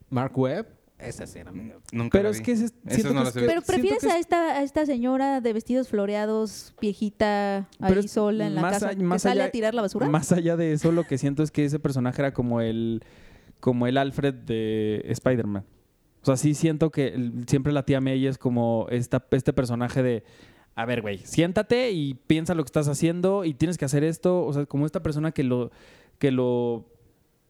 D: Mark Webb. Esa sí era medio-
B: Nunca
C: Pero
B: la
C: es
B: vi.
C: que es-
B: Esas
C: siento
B: no
C: que
B: las
C: es-
B: he
A: Pero
B: visto.
C: siento
A: prefieres
C: que es-
A: a esta a esta señora de vestidos floreados, viejita,
C: Pero
A: ahí
C: es
A: sola en la
C: más
A: casa,
C: a- más
A: que sale
C: allá-
A: a tirar la basura.
C: Más allá de eso, lo que siento es que ese personaje era como el, como el Alfred de Spider-Man. O sea, sí siento que el- siempre la tía May es como esta, este personaje de, a ver, güey, siéntate y piensa lo que estás haciendo y tienes que hacer esto. O sea, como esta persona que lo, que lo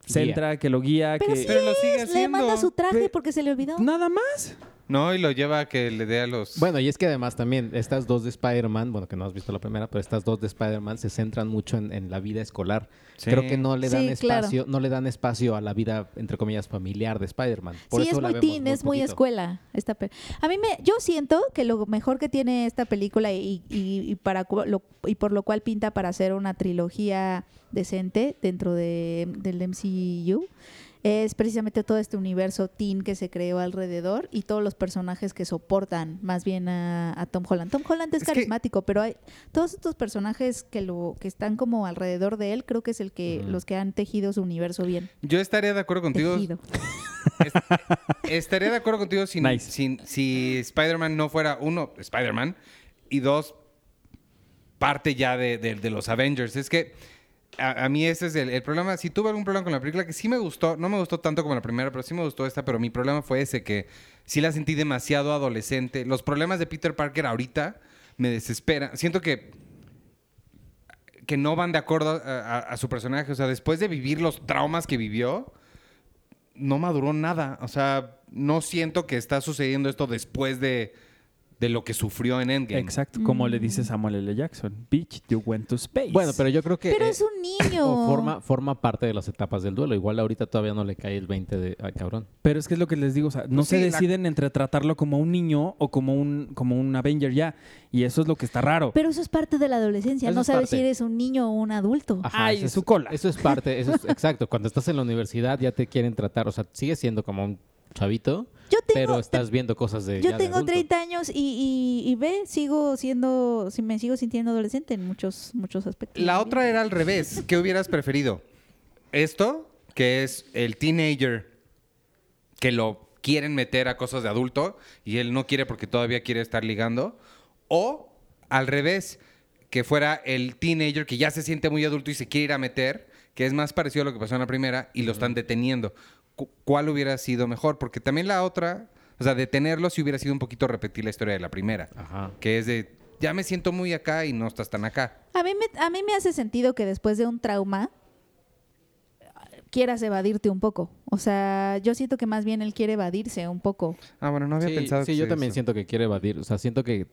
C: centra, que lo guía,
A: Pero
C: que...
A: sí
B: Pero lo sigue
A: Pues, Le
B: haciendo.
A: manda su traje
C: Pero-
A: porque se le olvidó.
C: Nada más.
B: No, y lo lleva a que le dé a los...
D: Bueno, y es que además también estas dos de Spider-Man, bueno, que no has visto la primera, pero estas dos de Spider-Man se centran mucho en, en la vida escolar.
B: Sí.
D: Creo que no le dan
A: Sí, claro.
D: espacio, no le dan espacio a la vida entre comillas familiar de Spider-Man. Por
A: sí,
D: eso
A: es
D: la
A: muy
D: vemos
A: teen, es muy
D: poquito.
A: escuela. Esta pe- a mí me, yo siento que lo mejor que tiene esta película y, y- y para cu- lo- y por lo cual pinta para hacer una trilogía decente dentro de, del MCU es precisamente todo este universo teen que se creó alrededor y todos los personajes que soportan más bien a, a Tom Holland. Tom Holland es,
B: Es que-
A: carismático, pero hay todos estos personajes que lo que están como alrededor de él, creo que es el que los que han tejido su universo bien.
B: Yo estaría de acuerdo contigo.
A: Tejido.
B: es- estaría de acuerdo contigo si,
C: Nice.
B: si, si Spider-Man no fuera, uno, Spider-Man, y dos, parte ya de, de- de los Avengers. Es que a, a mí ese es el, el problema. Si tuve algún problema con la película, que sí me gustó, no me gustó tanto como la primera, pero sí me gustó esta, pero mi problema fue ese, que sí la sentí demasiado adolescente. Los problemas de Peter Parker ahorita me desesperan. Siento que que no van de acuerdo a, a- a su personaje. O sea, después de vivir los traumas que vivió, no maduró nada. O sea, no siento que está sucediendo esto después de, de lo que sufrió en Endgame.
C: Exacto, como le
A: Mm.
C: dice Samuel L. Jackson. Bitch, you went to space.
D: Bueno, pero yo creo que
A: Pero
D: eh,
A: es un niño.
D: o forma forma parte de las etapas del duelo. Igual ahorita todavía no le cae el 20 de ay, cabrón.
C: Pero es que es lo que les digo, o sea, no
B: Pues
C: se
B: sí, la-
C: deciden entre tratarlo como un niño o como un, como un Avenger ya. Y eso es lo que está raro.
A: Pero eso es parte de la adolescencia.
D: Eso
A: no
D: es
A: sabes
D: parte. Ah,
A: si eres un niño o un adulto.
C: Ay,
D: eso es-
C: su cola.
D: Eso es parte, eso es exacto. Cuando estás en la universidad ya te quieren tratar, o sea, sigues siendo como un chavito,
A: Yo tengo,
D: pero estás viendo cosas de
A: yo
D: ya de
A: tengo
D: adulto.
A: 30 años y, y, y ve, sigo siendo, si me sigo sintiendo adolescente en muchos, muchos aspectos.
B: La otra era al revés. ¿Qué hubieras preferido? Esto, que es el teenager que lo quieren meter a cosas de adulto y él no quiere porque todavía quiere estar ligando. O al revés, que fuera el teenager que ya se siente muy adulto y se quiere ir a meter, que es más parecido a lo que pasó en la primera y lo están deteniendo. Cu- ¿Cuál hubiera sido mejor? Porque también la otra, o sea, detenerlo si hubiera sido un poquito repetir la historia de la primera,
D: Ajá.
B: que es de ya me siento muy acá y no estás tan acá.
A: A mí, me, a mí me hace sentido que después de un trauma quieras evadirte un poco. O sea, yo siento que más bien él quiere evadirse un poco.
B: Ah, bueno, no había
D: sí,
B: pensado.
D: sí,
B: que
D: yo
B: se-
D: también
B: se-
D: siento que quiere evadir. O sea, siento que eh,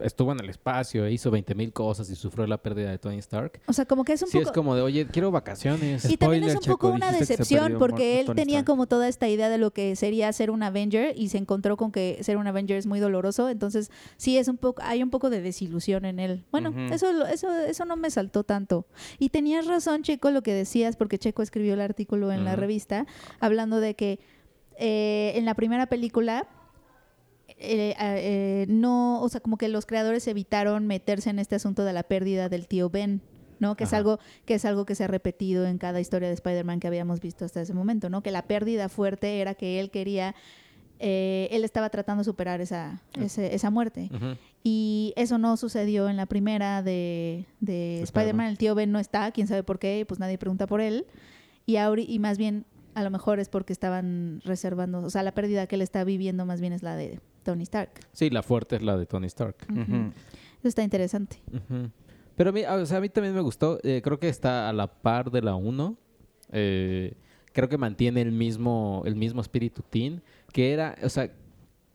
D: estuvo en el espacio, e hizo 20.000 mil cosas y sufrió la pérdida de Tony Stark.
A: O sea, como que es un
D: sí,
A: poco...
D: es como de, oye, quiero vacaciones.
A: Y también es
C: Spoiler,
A: un poco
C: Checo,
A: una
C: dijiste que se
A: decepción
C: perdió
A: porque
C: Mark
A: él
C: Tony
A: tenía
C: Stark.
A: como toda esta idea de lo que sería ser un Avenger y se encontró con que ser un Avenger es muy doloroso, entonces sí es un poco hay un poco de desilusión en él. Bueno,
B: Ujú.
A: eso lo- eso eso no me saltó tanto. Y tenías razón, Checo, lo que decías porque Checo escribió el artículo en la
D: Ujú.
A: revista hablando de que eh, en la primera película eh, a- eh, no, o sea, como que los creadores evitaron meterse en este asunto de la pérdida del tío Ben, ¿no? Que es
D: Ajá.
A: algo que es algo que se ha repetido en cada historia de Spider-Man que habíamos visto hasta ese momento, ¿no? Que la pérdida fuerte era que él quería, eh, él estaba tratando de superar esa, ese- esa muerte.
D: Ah. Ujú.
A: Y eso no sucedió en la primera de, de Spider-Man. El tío Ben no está, quién sabe por qué, pues nadie pregunta por él. Y, ahori- y más bien, a lo mejor es porque estaban reservando, o sea, la pérdida que él está viviendo más bien es la de Tony Stark.
D: Sí, la fuerte es la de Tony Stark.
B: Ujú.
A: Eso está interesante.
D: Ujú. Pero a mí, o sea, a mí también me gustó. eh, creo que está a la par de la 1. Eh, creo que mantiene el mismo, el mismo espíritu teen, que era, o sea,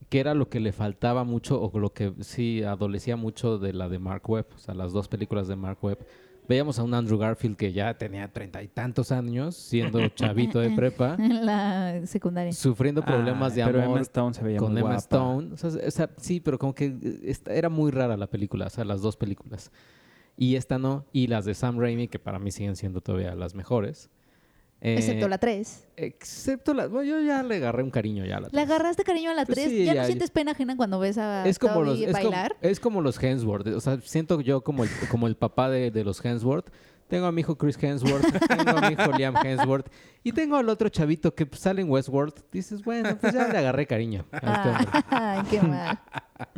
D: que era lo que le faltaba mucho o lo que sí adolecía mucho de la de Mark Webb, o sea, las dos películas de Mark Webb. Veíamos a un Andrew Garfield que ya tenía treinta y tantos años, siendo chavito de prepa,
A: En la secundaria.
D: sufriendo problemas de
C: Ah, Pero Emma
D: amor
C: Stone se veía
D: con
C: muy
D: Emma
C: guapa.
D: Stone. O sea, o sea, sí, pero como que eh, esta- era muy rara la película, o sea, las dos películas. Y esta no, y las de Sam Raimi, que para mí siguen siendo todavía las mejores. Eh,
A: Excepto la 3.
D: Excepto la... Bueno, yo ya le agarré un cariño ya a la
A: ¿Le
D: tres.
A: agarraste cariño a la
D: Pues
A: 3?
D: sí,
A: ¿Ya,
D: ya-
A: no sientes pena ajena cuando ves a
D: Es como, los,
A: Toby
D: es, como,
A: bailar?
D: es como los Hemsworth. O sea, siento yo como el, como el papá de, de los Hemsworth. Tengo a mi hijo Chris Hemsworth, tengo a mi hijo Liam Hemsworth y tengo al otro chavito que pues, sale en Westworld. Dices, bueno, pues ya le agarré cariño. a este
A: Ah.
D: hombre.
A: Ay, qué mal.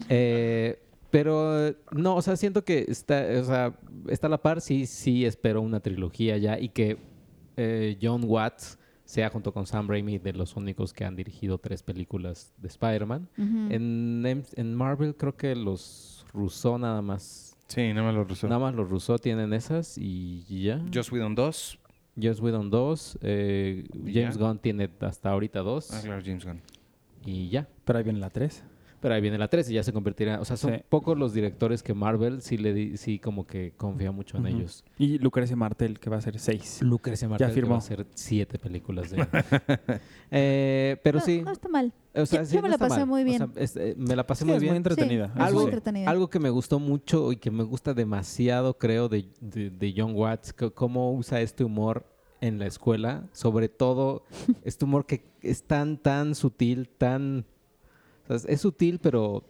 D: Eh, pero eh, no, o sea, siento que está, o sea, está a la par, sí, sí espero una trilogía ya y que eh, John Watts sea junto con Sam Raimi de los únicos que han dirigido tres películas de Spider-Man.
A: Ujú.
D: En, em- en Marvel creo que los Russo nada más.
B: Sí, no me lo resuelvo.
D: Nada más los Russo tienen esas y ya.
B: Just Whedon 2.
D: Joss Whedon dos, eh,
B: ¿Y
D: James
B: ya?
D: Gunn tiene hasta ahorita dos
B: Ah, claro, James Gunn.
D: y ya.
C: Pero ahí viene la 3.
D: Pero ahí viene la 3 y ya se convertirá. O sea, son
C: Sí.
D: pocos los directores que Marvel sí le di- sí como que confía mucho en
C: Ujú.
D: ellos.
C: Y Lucrecia Martel, que va a ser 6.
D: Lucrecia Martel que
C: firmó.
D: va a hacer siete películas de. Eh, pero
A: no,
D: sí.
A: No está mal.
D: o sea,
A: yo-
D: sí,
A: yo me
D: no
A: la
D: está
A: pasé
D: mal.
A: muy
D: O
A: bien.
D: sea, es, eh, me la pasé
C: Sí,
D: muy
C: es
D: bien.
C: muy entretenida.
A: Sí,
C: eso
D: algo-
A: muy
C: sí.
A: entretenida.
D: Algo que me gustó mucho y que me gusta demasiado, creo, de, de, de John Watts, c- cómo usa este humor en la escuela, sobre todo este humor que es tan, tan sutil, tan... o sea, es- es sutil, pero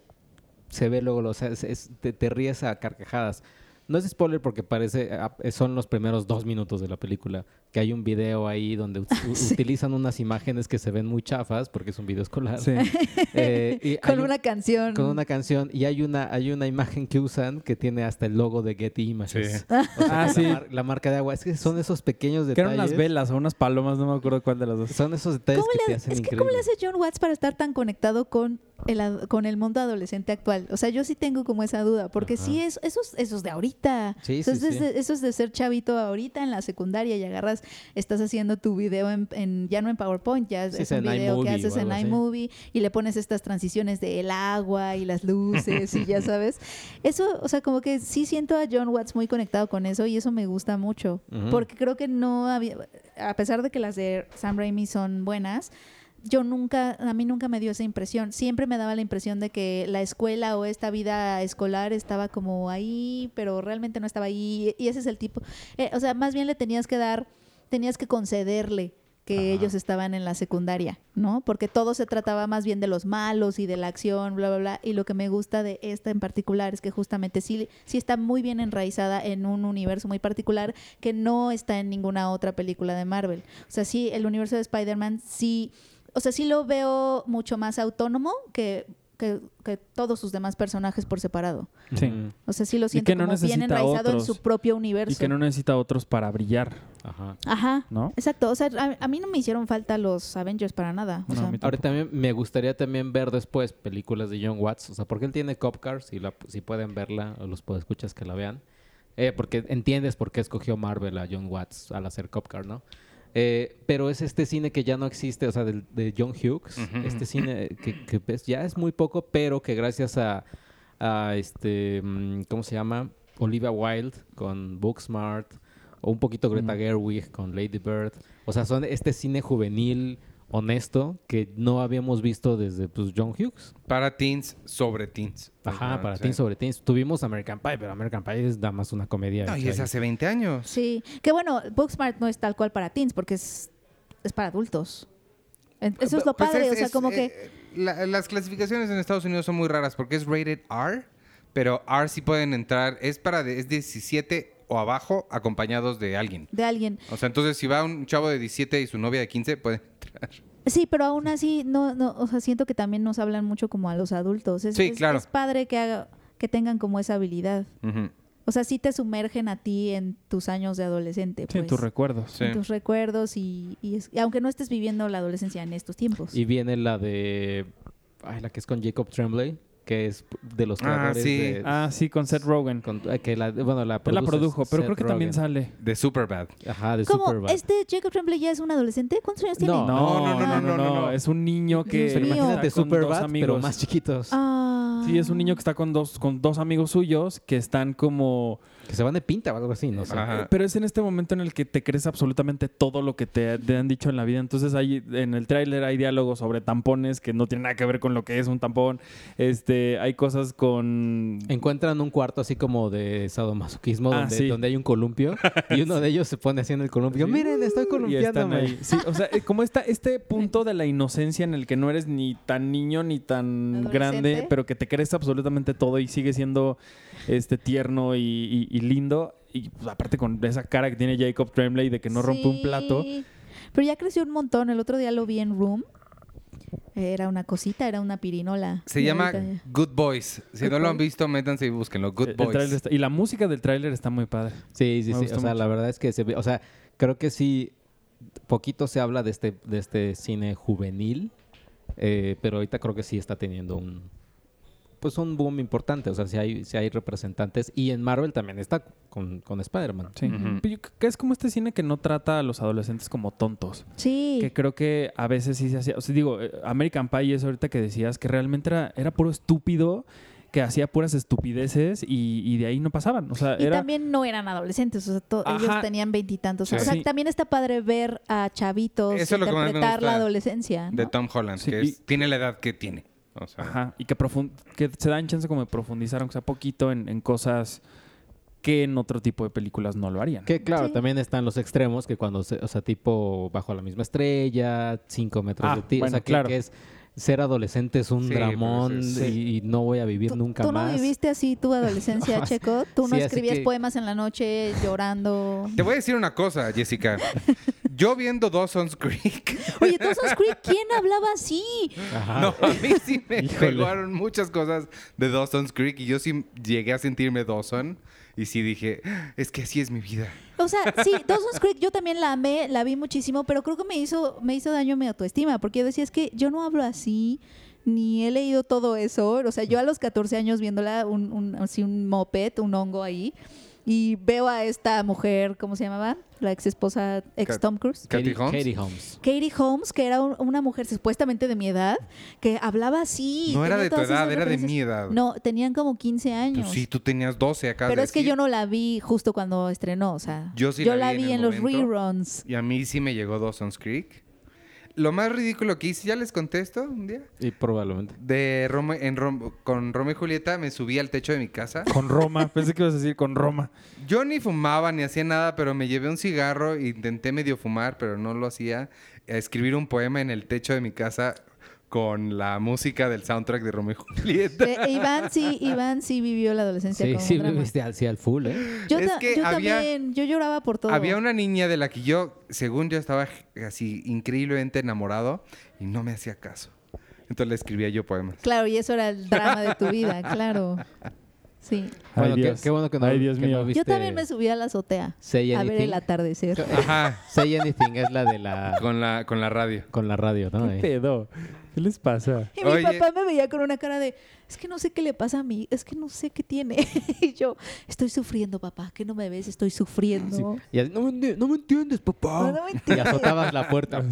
D: se ve luego, o sea, es- es- te, te ríes a carcajadas. No es spoiler porque parece, ah, son los primeros dos minutos de la película, que hay un video ahí donde ut- u-
A: Sí.
D: utilizan unas imágenes que se ven muy chafas porque es un video escolar.
C: Sí.
D: Eh, y hay
A: Con
D: un-
A: una canción.
D: con una canción y hay una hay una imagen que usan que tiene hasta el logo de Getty Images.
B: Sí.
D: O sea,
C: Ah,
D: la
C: sí.
D: mar- la marca de agua. Es que son esos pequeños
C: Que
D: detalles.
C: eran unas velas o unas palomas, no me acuerdo cuál de las dos.
D: Son esos detalles
A: ¿Cómo
D: que te
A: le,
D: hacen
A: es que,
D: increíble.
A: ¿cómo le hace John Watts para estar tan conectado con el, ad- con el mundo adolescente actual? O sea, yo sí tengo como esa duda, porque sí
D: Ajá.
A: es, eso es, eso es de ahorita.
D: Sí,
A: eso,
D: sí,
A: es de,
D: sí.
A: eso es de ser chavito ahorita en la secundaria y agarras, estás haciendo tu video en, en- ya no en PowerPoint, ya es,
D: Sí,
A: es
D: es
A: un
D: en
A: video que
D: iMovie
A: haces
D: o
A: en
D: algo así.
A: iMovie y le pones estas transiciones de el agua y las luces y ya sabes. Eso, o sea, como que sí siento a John Watts muy conectado con eso y eso me gusta mucho.
D: Ujú.
A: Porque creo que no había, a pesar de que las de Sam Raimi son buenas, yo nunca, a mí nunca me dio esa impresión. Siempre me daba la impresión de que la escuela o esta vida escolar estaba como ahí, pero realmente no estaba ahí. Y ese es el tipo, eh, o sea, más bien le tenías que dar, tenías que concederle que
D: Ajá.
A: ellos estaban en la secundaria, ¿no? Porque todo se trataba más bien de los malos y de la acción, bla, bla, bla. Y lo que me gusta de esta en particular es que justamente sí, sí está muy bien enraizada en un universo muy particular que no está en ninguna otra película de Marvel. O sea, sí, el universo de Spider-Man sí, o sea, sí lo veo mucho más autónomo que, que, que todos sus demás personajes por separado.
C: Sí.
D: Ujú.
A: O sea, sí lo siento
C: que no
A: como bien
C: necesita
A: enraizado en
C: otros.
A: su propio universo.
C: Y que no necesita otros para brillar,
D: Ajá.
A: Ajá.
C: ¿no?
A: Exacto, o sea, a, a mí no me hicieron falta los Avengers para nada. O
C: No,
A: sea,
C: a mí
D: Ahora también me gustaría también ver después películas de John Watts, o sea, porque él tiene Cop Cars, si, la, si pueden verla, o los escuchas que la vean, Eh, porque entiendes por qué escogió Marvel a John Watts al hacer Cop Car, ¿no? Eh, pero es este cine que ya no existe, o sea, del- de, John Hughes,
B: Ujú, ujú.
D: este cine que, que ves, ya es muy poco, pero que gracias a, a este, mm, ¿cómo se llama? Olivia Wilde con Booksmart, o un poquito Greta
C: Ujú.
D: Gerwig con Lady Bird. O sea, son este cine juvenil honesto que no habíamos visto desde pues, John Hughes.
B: Para teens, sobre teens. Ah,
D: Ajá, para
B: Sí.
D: teens sobre teens. Tuvimos American Pie, pero American Pie es nada más una comedia.
B: No, y
D: hecha
B: es
D: ahí.
B: hace 20 años.
A: sí, que bueno, Booksmart no es tal cual para teens porque es, es para adultos. En- Eso es lo
B: Pues
A: padre,
B: es-
A: o sea,
B: es,
A: como
B: eh,
A: que...
B: eh, la- las clasificaciones en Estados Unidos son muy raras porque es rated R, pero R sí pueden entrar. Es para de- es 17 o abajo acompañados de alguien.
A: de alguien.
B: O sea, entonces si va un chavo de 17 y su novia de 15, puede entrar.
A: Sí, pero aún así, no, no, o sea, siento que también nos hablan mucho como a los adultos. Es,
B: Sí,
A: es-
B: claro.
A: es padre que, haga, que tengan como esa habilidad.
B: Ujú.
A: O sea, sí te sumergen a ti en tus años de adolescente.
C: Sí, en
A: pues.
C: tus recuerdos.
B: Sí.
A: en tus recuerdos y, y es- y aunque no estés viviendo la adolescencia en estos tiempos.
D: Y viene la de. Ay, la que es con Jacob Tremblay. que es de los
B: Ah,
D: creadores
B: sí.
D: de-
C: Ah, sí, con Seth Rogen.
D: con- eh, que la, bueno, la,
C: Él la
D: produce
C: produjo, pero
D: Seth
C: creo que también
D: Rogen.
C: sale.
B: De Superbad.
D: Ajá, de
A: ¿Cómo?
D: Superbad.
A: ¿Este Jacob Tremblay ya es un adolescente? ¿Cuántos años tiene?
D: No.
B: no, no, no, no, no.
C: Es un niño que
A: Dios
C: está
D: Pero
A: mío.
D: imagínate
C: con dos
D: Superbad, pero
C: amigos.
D: más chiquitos.
A: Ah.
C: Sí, es un niño que está con dos, con dos amigos suyos que están como...
D: Que se van de pinta o algo así, no sé.
B: Ajá.
C: Pero es en este momento en el que te crees absolutamente todo lo que te, te han dicho en la vida. Entonces hay, en el tráiler hay diálogos sobre tampones que no tienen nada que ver con lo que es un tampón. Este, hay cosas con...
D: Encuentran un cuarto así como de sadomasoquismo
C: Ah,
D: donde,
C: sí.
D: donde hay un columpio y uno de ellos se pone así en el columpio.
C: Sí.
D: Miren, estoy
C: Y están
D: columpiándome.
C: ahí. Sí, o sea, eh, como está este punto de la inocencia en el que no eres ni tan niño ni tan
A: Adolescente.
C: grande, pero que te crees absolutamente todo y sigue siendo este tierno y, y- y lindo. Y pues, aparte con esa cara que tiene Jacob Tremblay de que no rompe un plato.
A: Sí. Pero ya creció un montón. El otro día lo vi en Room. Era una cosita, era una pirinola.
B: Se
A: Y
B: llama
A: ahorita ya-
B: Good Boys. Si
A: Good
B: no lo han
A: Boys.
B: visto, métanse y búsquenlo. Good
C: El
B: Boys.
C: eh, tráiler está- y la música del tráiler está muy padre.
D: Sí, sí,
C: Me
D: sí.
C: gustó
D: O sea,
C: mucho.
D: la verdad es que se ve, o sea, creo que sí, poquito se habla de este, de este cine juvenil, eh, pero ahorita creo que sí está teniendo un, pues un boom importante. O sea, sí hay, sí hay representantes y en Marvel también está con, con Spider-Man.
C: Sí.
B: Ujú.
C: Pero yo creo que es como este cine que no trata a los adolescentes como tontos.
A: Sí.
C: Que creo que a veces sí se hacía. O sea, digo, eh, American Pie es ahorita que decías que realmente era, era puro estúpido, que hacía puras estupideces y, y de ahí no pasaban. O sea,
A: Y
C: era.
A: también no eran adolescentes, o sea, to- ellos
C: Ajá.
A: tenían veintitantos.
B: Sí.
A: O sea,
C: Sí.
A: también está padre ver a chavitos
B: Eso es lo que más me
A: interpretar la
B: gusta
A: adolescencia. ¿no?
B: De Tom Holland,
C: Sí,
B: que
C: y-
B: es- tiene la edad que tiene. O sea,
C: Ajá. Y que, profun- que se dan chance como de profundizar, aunque sea poquito, en, en cosas que en otro tipo de películas no lo harían.
D: Que claro,
A: Sí.
D: también están los extremos, que cuando, se- o sea, tipo bajo la misma estrella, cinco metros
C: Ah,
D: de ti, o
C: bueno,
D: sea, que,
C: claro.
D: que es ser adolescente es un
B: Sí,
D: dramón
B: pues, es-
D: y, y no voy a vivir
A: ¿Tú,
D: nunca
A: tú
D: más.
A: no viviste así tu adolescencia,
D: No, así-
A: Checo? ¿Tú no
D: sí, así
A: escribías
D: que-
A: poemas en la noche llorando?
B: Te voy a decir una cosa, Jessica. Yo viendo Dawson's Creek,
A: Oye, Dawson's Creek, ¿quién hablaba así?
C: Ah.
D: Ajá.
B: no, a mí sí me
D: Híjole.
B: pegaron muchas cosas de Dawson's Creek y yo sí llegué a sentirme Dawson y sí dije, es que así es mi vida.
A: O sea, sí, Dawson's Creek yo también la amé, la vi muchísimo, pero creo que me hizo, me hizo daño mi autoestima, porque yo decía, es que yo no hablo así, ni he leído todo eso. O sea, yo a los 14 años viéndola, un, un, así un moped, un hongo ahí, y veo a esta mujer, ¿cómo se llamaba? La ex esposa, ex Tom Cruise.
B: Katie
D: Katie,
B: Holmes.
D: Katie Holmes.
A: Katie Holmes, que era un- una mujer supuestamente de mi edad, que hablaba así.
B: No era
A: tenía
B: de tu
A: todas
B: edad,
A: esas
B: era de
A: referencias.
B: mi edad.
A: No, tenían como 15 años.
B: Pues sí, tú tenías 12 acá.
A: Pero es que yo no la vi justo cuando estrenó, o sea,
B: Yo sí
A: la, vi,
B: el
A: en, los
B: momento.
A: reruns.
B: Y a mí sí me llegó Dawson's Creek. Lo más ridículo que hice, ya les contesto un día.
D: Y probablemente.
B: De Rome- en Rom- con Romeo y Julieta me subí al techo de mi casa.
C: Con Roma. Pensé que ibas a decir con Roma.
B: Yo ni fumaba ni hacía nada, pero me llevé un cigarro e intenté medio fumar, pero no lo hacía. A escribir un poema en el techo de mi casa con la música del soundtrack de Romeo y Julieta.
A: Eh, Iván sí, Iván sí vivió la adolescencia
D: Sí,
A: como
D: sí,
A: un drama.
D: viviste al, sí, al full, ¿eh?
A: Yo,
B: Es
A: ta-
B: que
A: yo
B: había-
A: también, yo lloraba por todo.
B: Había una niña de la que yo, según yo, estaba así increíblemente enamorado y no me hacía caso. Entonces le escribía yo poemas.
A: Claro, y eso era el drama de tu vida, claro. Sí.
D: Bueno, qué- qué bueno que no-
C: Ay, Dios
D: que no
C: mío.
D: vi-
A: Yo
D: Viste-
A: también me subí a la azotea
D: Say
A: a ver
D: Anything.
A: el atardecer.
B: Ajá,
D: Say Anything es la de la...
B: con la, con la radio.
D: con la radio, ¿no?
C: ¿Qué
D: Eh.
C: pedo? ¿Qué les pasa?
A: Y mi
B: Oye.
A: papá me veía con una cara de, es que no sé qué le pasa a mí, es que no sé qué tiene. y yo, estoy sufriendo, papá, que no me ves, estoy sufriendo.
D: Sí. Y así, no, me, enti- no me entiendes,
A: No,
D: papá.
A: no me
D: y
A: entiendes.
D: azotabas la puerta.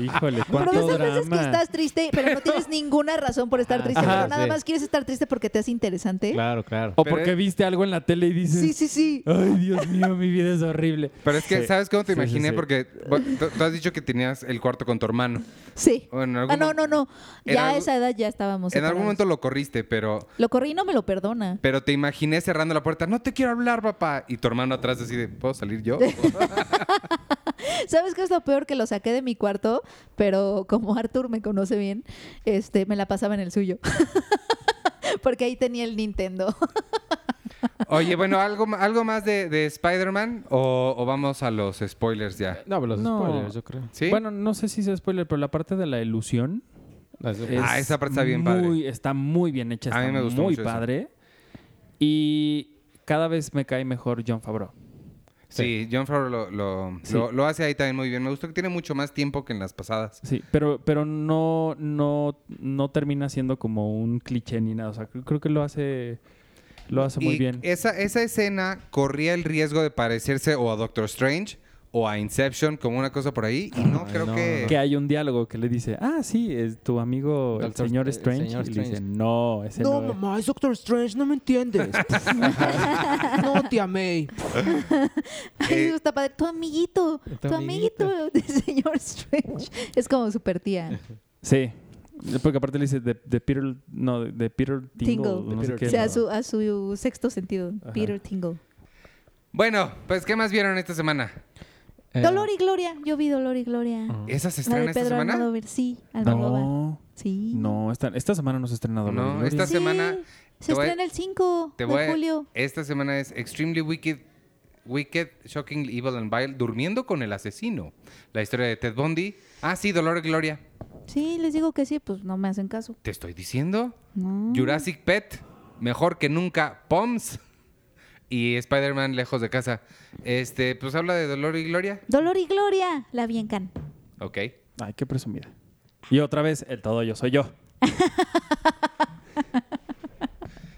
C: Híjole,
A: Pero
C: cuánto
A: de esas
C: drama.
A: veces que estás triste, pero no tienes ninguna razón por
B: Ah,
A: estar triste,
D: Ajá,
A: pero nada
D: sí.
A: más quieres estar triste porque te hace interesante.
D: claro, claro.
C: O
B: Pero-
C: porque viste algo en la tele y dices,
A: Sí, sí, sí.
C: ay, Dios mío, mi vida es horrible.
B: Pero es que,
C: Sí.
B: ¿sabes cómo te
C: Sí, sí,
B: imaginé?
C: sí.
B: Porque bueno, tú- tú has dicho que tenías el cuarto con tu hermano.
A: Sí.
B: O en
A: Ah,
B: algún
A: no,
B: mo-
A: no, no.
B: en
A: Ya a
B: algún-
A: esa edad ya estábamos.
B: En algún
A: separados.
B: momento lo corriste, pero
A: Lo corrí y no me lo perdona.
B: Pero te imaginé cerrando la puerta, no te quiero hablar, papá. Y tu hermano atrás así de, ¿puedo salir yo?
A: ¿Sabes qué es lo peor? Que lo saqué de mi cuarto, pero como Arthur me conoce bien, este, me la pasaba en el suyo. Porque ahí tenía el Nintendo.
B: Oye, bueno, ¿algo, ma- algo más de, de Spider-Man? O, o vamos a los spoilers ya?
D: No, pero los
C: No.
D: spoilers, yo creo.
B: ¿Sí?
C: Bueno, no sé si sea spoiler, pero la parte de la ilusión
D: Las-
C: es
B: Ah, esa parte está bien
C: muy,
B: padre.
C: Está muy bien hecha,
B: A
C: está
B: mí me gustó
C: muy
B: mucho eso.
C: padre. Y cada vez me cae mejor John Favreau.
B: Sí, John Favreau lo, lo-
C: Sí.
B: lo- lo hace ahí también muy bien. Me gustó que tiene mucho más tiempo que en las pasadas.
C: Sí, pero, pero no, no, no termina siendo como un cliché ni nada. O sea, cre- creo que lo hace, lo hace muy
B: Y
C: bien.
B: Esa, esa escena corría el riesgo de parecerse o a Doctor Strange o a Inception, como una cosa por ahí. Y no
D: Ay,
B: creo
D: no,
B: que.
C: que hay un diálogo que le dice, ah, sí, es tu amigo el
D: Doctor-
C: señor
D: el
C: Strange.
D: señor
C: y le dice,
D: Strange.
C: no, ese no, es".
E: mamá, es Doctor Strange, no me entiendes. no, tía May.
A: Ay,
B: Eh,
A: eso está padre. Tu amiguito, tu,
D: Tu
A: amiguito, de señor Strange. Es como super tía.
C: Sí. Porque aparte le dice de, de Peter, no, de- de Peter Tingle,
A: Tingle.
C: no sé
D: De Peter
C: qué.
A: O sea, a
D: no.
A: su, a su sexto sentido,
C: Ajá.
A: Peter Tingle.
B: Bueno, pues, ¿qué más vieron esta semana?
D: Eh,
A: Dolor y Gloria. Yo vi Dolor y Gloria.
C: Ah.
B: ¿Esas se
A: La de
B: estrenan esta
A: Pedro
B: semana?
A: Almodóvar. Sí, Almodóvar.
C: No,
A: Sí.
C: no, esta, esta semana no se estrena Dolor. y
B: No,
C: Gloria.
B: esta
A: Sí,
B: semana
A: Se
B: te voy a-
A: estrena el 5
B: Te
A: de
B: voy a-
A: julio.
B: Esta semana es Extremely Wicked, Wicked, Shocking, Evil and Vile, Durmiendo con el Asesino. La historia de Ted Bundy. Ah, sí, Dolor y Gloria.
A: Sí, les digo que sí, pues no me hacen caso.
B: Te estoy diciendo.
A: No.
B: Jurassic Pet, Mejor que Nunca, Poms. Y Spider-Man Lejos de Casa. Este, pues habla de Dolor y Gloria.
A: Dolor y Gloria, la vi en Cannes.
B: Ok.
C: Ay, qué presumida. Y otra vez, el todo yo soy yo.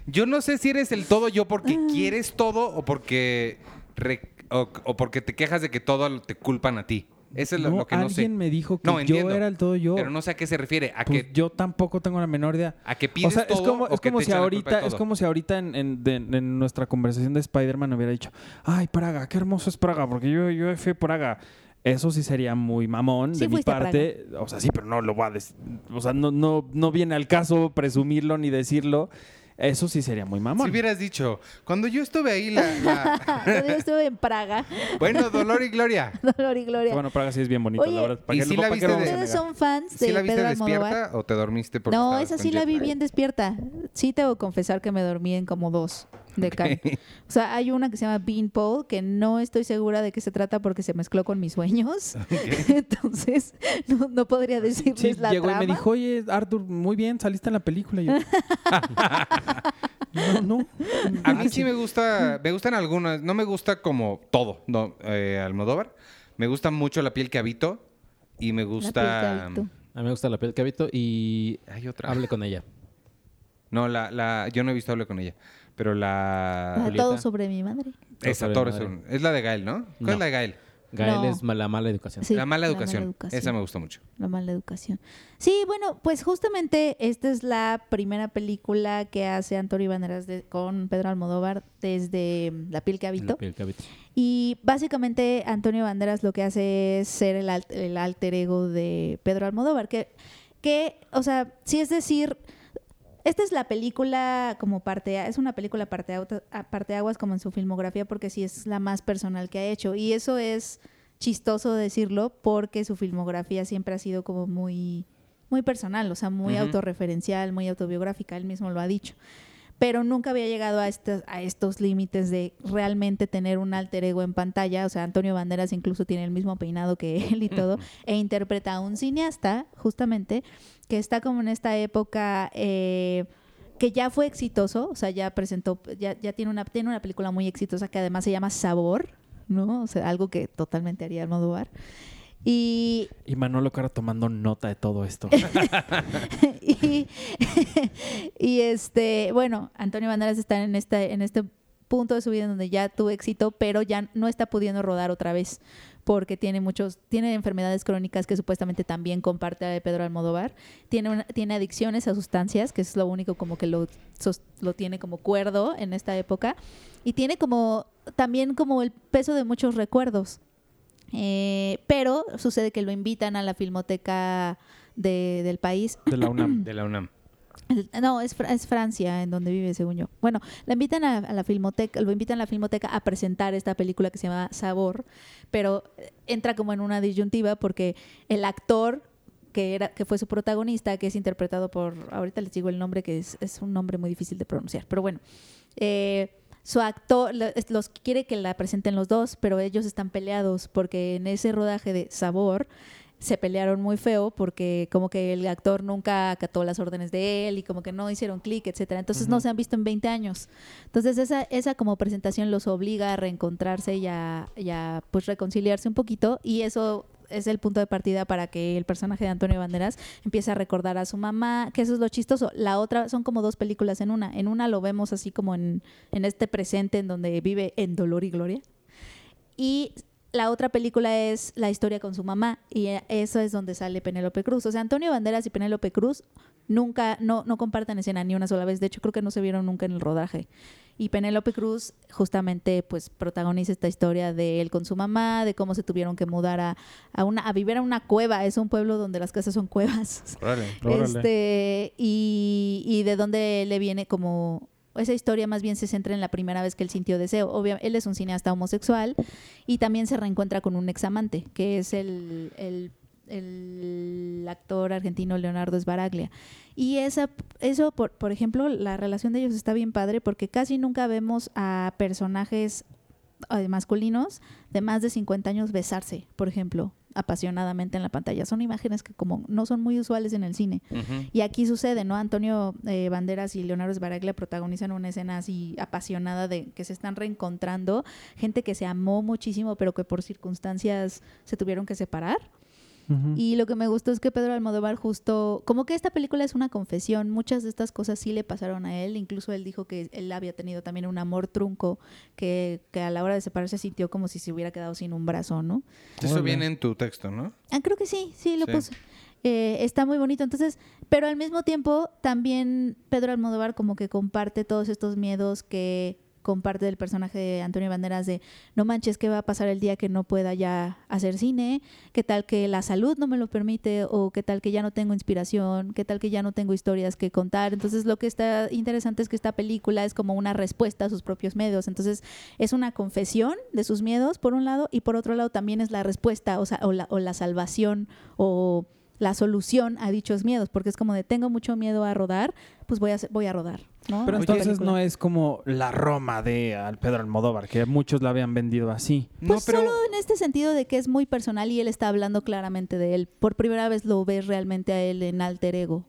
B: Yo no sé si eres el todo yo porque
C: Ah.
B: quieres todo o porque, re- o, o porque te quejas de que todo lo- te culpan a ti. Eso es lo, lo que no sé.
C: alguien me dijo que
B: No,
C: yo
B: entiendo.
C: era el todo yo.
B: Pero no sé a qué se refiere. A
C: Pues
B: que
C: yo tampoco tengo la menor idea.
B: ¿A que pides
C: o sea, es
B: todo
C: como,
B: o
C: es
B: que
C: como
B: te
C: si
B: echan la culpa de
C: ahorita, es
B: todo?
C: como si ahorita en, en- de- en nuestra conversación de Spider-Man hubiera dicho, ay, Praga, qué hermoso es Praga, porque yo, yo fui a Praga. Eso sí sería muy mamón
A: Sí
C: de mi
A: fuiste a Praga.
C: parte. O sea, sí, pero no lo va a decir. O sea, no, no, no viene al caso presumirlo ni decirlo. Eso sí sería muy mamón.
B: Si hubieras dicho, cuando yo estuve ahí, la, la-
A: Cuando yo Ah, estuve en Praga,
B: bueno, Dolor y Gloria.
A: Dolor y Gloria.
C: Bueno, Praga sí es bien bonito,
A: Oye,
C: la verdad. ¿Para
B: ¿y
C: qué-
B: si
C: para
B: la
C: qué
B: viste
C: lo vamos a
A: ¿Ustedes
B: de-
C: negar?
A: son fans de
B: ¿Sí la viste
A: Pedro Almodóvar?
B: despierta o te dormiste? Porque
A: No,
B: estabas
A: esa
B: con
A: sí la
B: jet
A: vi
B: lag?
A: bien despierta. Sí tengo que confesar que me dormí en como dos de Cannes. O sea, hay una que se llama Beanpole que no estoy segura de qué se trata porque se mezcló con mis sueños. Entonces, no, no podría decirles
C: Sí,
A: pues, la
C: llegó
A: trama.
C: y me dijo, oye, Arthur, muy bien, saliste en la película. Y yo, no, no.
A: Ah,
B: A mí sí me gusta, me gustan algunas, no me gusta como todo, no, eh, Almodóvar. Me gusta mucho La piel que habito y me gusta...
A: piel que habito.
D: A mí me gusta la piel que habito y
B: Hay otra.
D: hable con ella.
B: No, la, la, yo no he visto Hable con ella, pero la...
A: Ah,
D: Julieta.
A: todo sobre mi madre.
B: Esa,
D: Sobre
B: Torres,
D: madre.
B: un- es la de Gael, ¿no? ¿Cuál
D: No.
B: es la de Gael?
D: Gael
A: No.
D: es ma- la mala educación.
A: Sí,
B: la mala
A: la
B: educación.
A: mala educación.
B: Esa me gustó mucho.
A: La mala educación. Sí, bueno, pues justamente esta es la primera película que hace Antonio Banderas de- con Pedro Almodóvar desde mm, La piel que
D: La
A: habito.
D: piel que habito.
A: Y básicamente Antonio Banderas lo que hace es ser el, alt- el alter ego de Pedro Almodóvar, que, que, o sea, sí es decir, esta es la película como parte, es una película parte, aguas como en su filmografía porque sí es la más personal que ha hecho. Y eso es chistoso decirlo porque su filmografía siempre ha sido como muy, muy personal, o sea, muy
B: Ujú.
A: autorreferencial, muy autobiográfica, él mismo lo ha dicho pero nunca había llegado a, estas- a estos límites de realmente tener un alter ego en pantalla. O sea, Antonio Banderas incluso tiene el mismo peinado que él y todo, e interpreta a un cineasta, justamente, que está como en esta época eh, que ya fue exitoso, o sea, ya presentó, ya, ya tiene, una, tiene una película muy exitosa que además se llama Sabor, ¿no? O sea, algo que totalmente haría Almodóvar. Y,
C: Y Manolo Cara tomando nota de todo esto.
A: y, y, este, bueno, Antonio Banderas está en este, en este punto de su vida en donde ya tuvo éxito, pero ya no está pudiendo rodar otra vez porque tiene muchos, tiene enfermedades crónicas que supuestamente también comparte de Pedro Almodóvar, tiene, una- tiene adicciones a sustancias, que es lo único como que lo, sos- lo tiene como cuerdo en esta época, y tiene como también como el peso de muchos recuerdos. Eh, pero sucede que lo invitan a la filmoteca de- del país
C: De la UNAM.
B: De la UNAM.
A: el- No, es, Fra- es Francia en donde vive, según yo. Bueno, la invitan a, a la filmoteca, lo invitan a la filmoteca a presentar esta película que se llama Sabor, pero eh, entra como en una disyuntiva porque el actor que era que fue su protagonista, que es interpretado por ahorita les digo el nombre que es, es un nombre muy difícil de pronunciar, pero bueno, eh, su actor lo- es- los quiere que la presenten los dos, pero ellos están peleados porque en ese rodaje de Sabor se pelearon muy feo porque como que el actor nunca acató las órdenes de él y como que no hicieron clic, etcétera. Entonces no se han visto en 20 años. Entonces esa, esa como presentación los obliga a reencontrarse y a, y a, pues reconciliarse un poquito y eso es el punto de partida para que el personaje de Antonio Banderas empiece a recordar a su mamá, que eso es lo chistoso. La otra son como dos películas en una. En una lo vemos así como en, en este presente en donde vive en dolor y gloria. Y la otra película es La historia con su mamá y eso es donde sale Penélope Cruz. O sea, Antonio Banderas y Penélope Cruz nunca, no, no comparten escena ni una sola vez. De hecho, creo que no se vieron nunca en el rodaje. Y Penélope Cruz justamente pues protagoniza esta historia de él con su mamá, de cómo se tuvieron que mudar a, a una, a vivir a una cueva. Es un pueblo donde las casas son cuevas.
B: Órale.
C: Órale.
A: Este, y, y de dónde le viene como esa historia más bien se centra en la primera vez que él sintió deseo. Obviamente, él es un cineasta homosexual y también se reencuentra con un examante, que es el, el- el actor argentino Leonardo Esbaraglia. Y esa, eso, por, por ejemplo, la relación de ellos está bien padre porque casi nunca vemos a personajes eh, masculinos de más de 50 años besarse, por ejemplo, apasionadamente en la pantalla. Son imágenes que como no son muy usuales en el cine.
B: Ujú.
A: Y aquí sucede, ¿no? Antonio eh, Banderas y Leonardo Sbaraglia protagonizan una escena así apasionada de que se están reencontrando, gente que se amó muchísimo, pero que por circunstancias se tuvieron que separar.
C: Ujú.
A: Y lo que me gustó es que Pedro Almodóvar justo, como que esta película es una confesión, muchas de estas cosas sí le pasaron a él, incluso él dijo que él había tenido también un amor trunco, que, que a la hora de separarse sintió como si se hubiera quedado sin un brazo, ¿no?
B: Eso
C: Órale.
B: viene en tu texto, ¿no?
A: Ah, creo que sí, sí, lo
B: Sí.
A: puso. Eh, está muy bonito, entonces, pero al mismo tiempo también Pedro Almodóvar como que comparte todos estos miedos que comparte del personaje de Antonio Banderas de no manches, ¿qué va a pasar el día que no pueda ya hacer cine? ¿Qué tal que la salud no me lo permite? ¿O qué tal que ya no tengo inspiración? ¿Qué tal que ya no tengo historias que contar? Entonces lo que está interesante es que esta película es como una respuesta a sus propios medios. Entonces es una confesión de sus miedos, por un lado, y por otro lado también es la respuesta o, sea, o la, o la salvación o la solución a dichos miedos, porque es como de tengo mucho miedo a rodar, pues voy a, hacer- voy a rodar. ¿no?
C: Pero
A: Esta
C: entonces
A: película.
C: no es como la Roma de al Pedro Almodóvar, que muchos la habían vendido así.
A: Pues solo en este sentido de que es muy personal y él está hablando claramente de él. Por primera vez lo ves realmente a él en alter ego.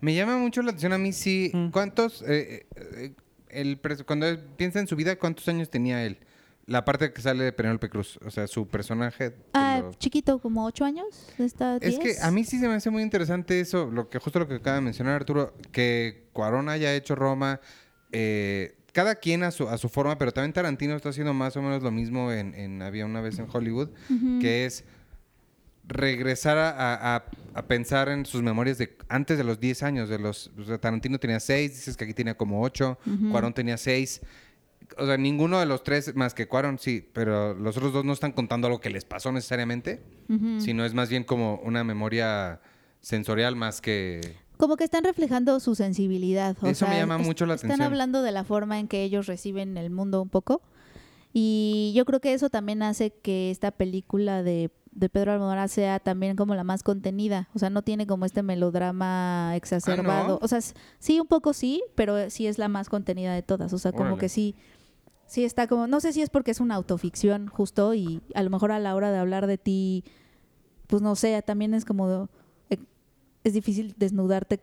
B: Me llama mucho la atención a mí sí.
C: Mm.
B: ¿Cuántos? eh, eh, el pres- cuando él piensa en su vida, ¿cuántos años tenía él? La parte que sale de Penélope Cruz, o sea, su personaje. que
A: Ah,
B: lo-
A: chiquito, como ocho años, está
B: Es que
A: 10.
B: a mí sí se me hace muy interesante eso, lo que justo lo que acaba de mencionar Arturo, que Cuarón haya hecho Roma, eh, cada quien a su, a su forma, pero también Tarantino está haciendo más o menos lo mismo en, en Había una vez en Hollywood, que es regresar a, a- a- a pensar en sus memorias de antes de los 10 años, de los o sea, Tarantino tenía 6, dices que aquí tenía como 8, Cuarón tenía 6. O sea, ninguno de los tres, más que Cuarón, sí, pero los otros dos no están contando algo que les pasó necesariamente
A: Ujú.
B: sino es más bien como una memoria sensorial más que...
A: Como que están reflejando su sensibilidad. o
B: Eso me
A: sea,
B: llama mucho la
A: Están
B: atención.
A: hablando de la forma en que ellos reciben el mundo un poco. Y yo creo que eso también hace que esta película de, de Pedro Almodóvar sea también como la más contenida. O sea, no tiene como este melodrama
B: Ah,
A: exacerbado. O sea, s- sí, un poco sí, pero sí es la más contenida de todas. O sea, como
B: Órale.
A: que sí. Sí, está como, no sé si es porque es una autoficción justo y a lo mejor a la hora de hablar de ti, pues no sé, también es como, eh, es difícil desnudarte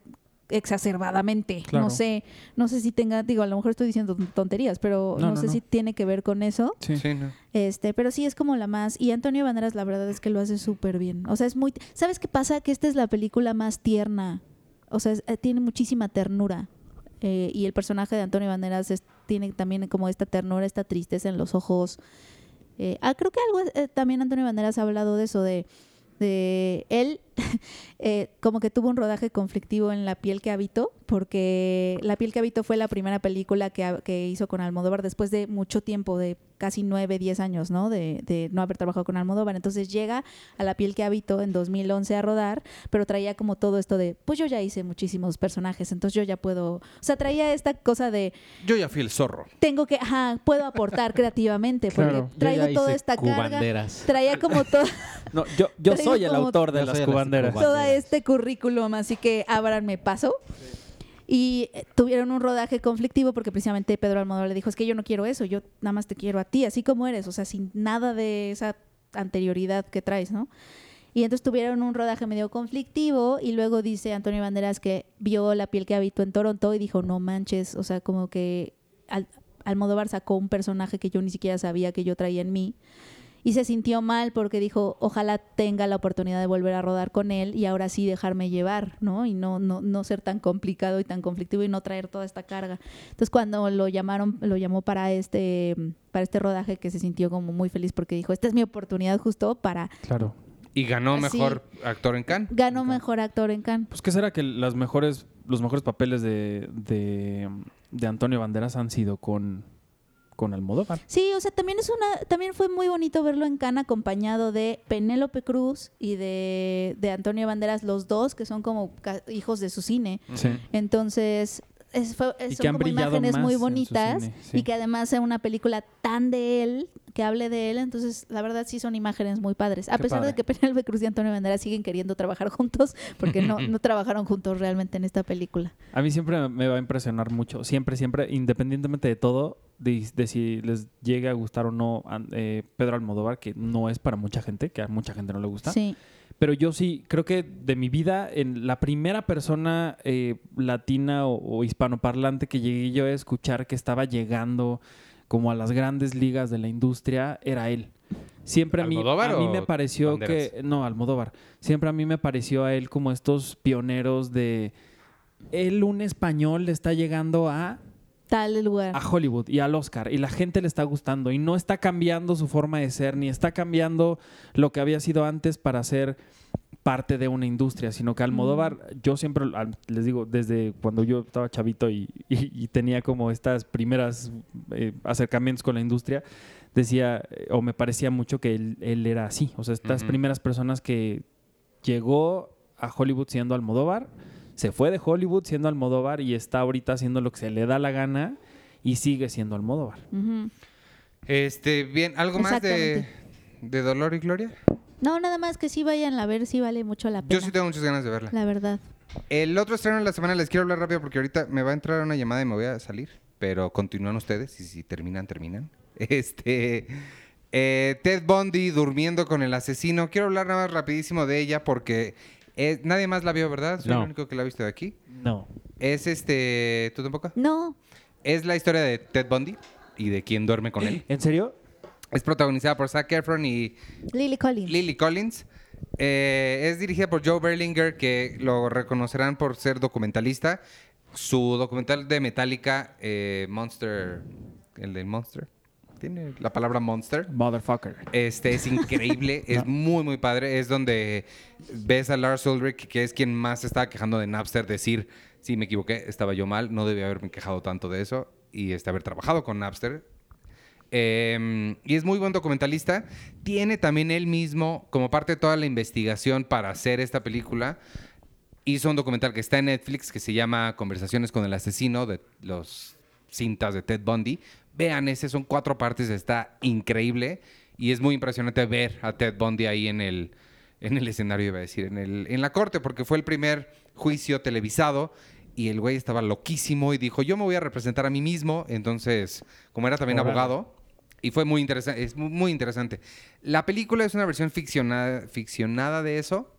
A: exacerbadamente,
C: Claro.
A: no sé, no sé si tenga, digo, a lo mejor estoy diciendo tonterías, pero
C: No,
A: no,
C: no,
A: sé
C: no.
A: si tiene que ver con eso,
C: Sí.
B: Sí, ¿no?
A: este, pero sí es como la más, y Antonio Banderas la verdad es que lo hace súper bien, o sea, es muy, ¿sabes qué pasa? Que esta es la película más tierna, o sea, es- eh, tiene muchísima ternura, eh, y el personaje de Antonio Banderas es- tiene también como esta ternura, esta tristeza en los ojos. Eh, ah, creo que algo eh, también Antonio Banderas ha hablado de eso, de, de él eh, como que tuvo un rodaje conflictivo en La piel que habito, porque La piel que habito fue la primera película que, ha- que hizo con Almodóvar después de mucho tiempo, de casi 9, 10 años, ¿no? De, de no haber trabajado con Almodóvar. Entonces llega a La piel que habito en 2011 a rodar, pero traía como todo esto de, pues yo ya hice muchísimos personajes, entonces yo ya puedo, o sea, traía esta cosa de,
B: Yo ya fui el zorro.
A: tengo que, ajá, puedo aportar creativamente, porque
C: Claro.
D: Yo
A: traigo
D: ya
A: toda
D: hice
A: esta carga.
D: cubanderas.
A: Traía como todo,
C: No, yo, yo
A: Traigo
C: soy el
A: como-
C: autor de
D: Yo
C: las
D: soy el
C: cubanderas.
D: cubanderas.
A: todo este currículum, así que ábranme paso. Y eh, tuvieron un rodaje conflictivo porque precisamente Pedro Almodóvar le dijo, es que yo no quiero eso, yo nada más te quiero a ti, así como eres, o sea, sin nada de esa anterioridad que traes, ¿no? Y entonces tuvieron un rodaje medio conflictivo y luego dice Antonio Banderas que vio la piel que habitó en Toronto y dijo, no manches, o sea, como que Al- Almodóvar sacó un personaje que yo ni siquiera sabía que yo traía en mí. Y se sintió mal porque dijo, ojalá tenga la oportunidad de volver a rodar con él y ahora sí dejarme llevar, ¿no? Y no, no, no ser tan complicado y tan conflictivo y no traer toda esta carga. Entonces cuando lo llamaron, lo llamó para este, para este rodaje que se sintió como muy feliz porque dijo, esta es mi oportunidad justo para
C: Claro.
B: Y ganó
A: Ah, Sí.
B: mejor actor en Cannes.
A: ganó mejor actor en Cannes.
C: Pues, ¿qué será que las mejores, los mejores papeles de, de, de Antonio Banderas han sido con, con Almodóvar?
A: Sí, o sea, también es una, también fue muy bonito verlo en Cannes acompañado de Penélope Cruz y de, de Antonio Banderas, los dos que son como ca- hijos de su cine.
C: Sí.
A: Entonces, es, fue-
C: Y que
A: son
C: han
A: como
C: brillado
A: imágenes
C: más
A: muy
C: en su
A: bonitas
C: cine, sí.
A: y que además sea una película tan de él, que hable de él, entonces la verdad sí son imágenes muy padres. A
C: Qué
A: pesar de
C: padre.
A: que Penélope Cruz y Antonio Banderas siguen queriendo trabajar juntos, porque no, no trabajaron juntos realmente en esta película.
C: A mí siempre me va a impresionar mucho, siempre, siempre, independientemente de todo, de, de si les llegue a gustar o no an- eh, Pedro Almodóvar, que no es para mucha gente, que a mucha gente no le gusta.
A: Sí.
C: Pero yo sí, creo que de mi vida, en la primera persona eh, latina o, o hispanoparlante que llegué yo a escuchar que estaba llegando como a las grandes ligas de la industria era él. Siempre a mí,
B: ¿Almodóvar
C: a mí
B: o
C: me pareció
B: Banderas?
C: que... No, Almodóvar. Siempre a mí me pareció a él como estos pioneros de... Él, un español, le está llegando a
A: Tal lugar.
C: a Hollywood y al Oscar y la gente le está gustando y no está cambiando su forma de ser ni está cambiando lo que había sido antes para ser parte de una industria, sino que Almodóvar, yo siempre al- les digo, desde cuando yo estaba chavito y, y- y tenía como estas primeras eh, acercamientos con la industria, decía eh, o me parecía mucho que él, él era así, o sea, estas
B: Ujú.
C: primeras personas que llegó a Hollywood siendo Almodóvar, se fue de Hollywood siendo Almodóvar y está ahorita haciendo lo que se le da la gana y sigue siendo Almodóvar.
A: Ujú.
B: Este, bien, ¿algo más de, de Dolor y Gloria?
A: No, nada más que sí vayan a ver, sí vale mucho la pena.
B: Yo sí tengo muchas ganas de verla.
A: La verdad.
B: El otro estreno de la semana les quiero hablar rápido porque ahorita me va a entrar una llamada y me voy a salir. Pero continúan ustedes y si terminan, terminan. Este. eh, Ted Bundy durmiendo con el asesino. Quiero hablar nada más rapidísimo de ella porque eh, nadie más la vio, ¿verdad? Soy
D: No.
B: el único que la ha visto de aquí.
C: No.
B: Es este. ¿Tú tampoco?
A: No,
B: Es la historia de Ted Bundy y de quién duerme con él.
C: ¿En serio?
B: Es protagonizada por Zac Efron y
A: Lily Collins.
B: Lily Collins. Eh, es dirigida por Joe Berlinger, que lo reconocerán por ser documentalista. Su documental de Metallica, eh, Monster, el de Monster, tiene la palabra Monster.
C: Motherfucker.
B: Este es increíble, es muy, muy padre. Es donde ves a Lars Ulrich, que es quien más se estaba quejando de Napster, decir, sí, me equivoqué, estaba yo mal, no debía haberme quejado tanto de eso y este, haber trabajado con Napster. Eh, y es muy buen documentalista. Tiene también él mismo, como parte de toda la investigación para hacer esta película, hizo un documental que está en Netflix que se llama Conversaciones con el asesino de los cintas de Ted Bundy. Vean ese, son cuatro partes, está increíble y es muy impresionante ver a Ted Bundy ahí en el, en el escenario, iba a decir, en, el, en la corte, porque fue el primer juicio televisado y el güey estaba loquísimo y dijo, yo me voy a representar a mí mismo, entonces, como era también
C: Órale.
B: abogado. Y fue muy interesante, es mu- muy interesante. La película es una versión ficcionada, ficcionada de eso,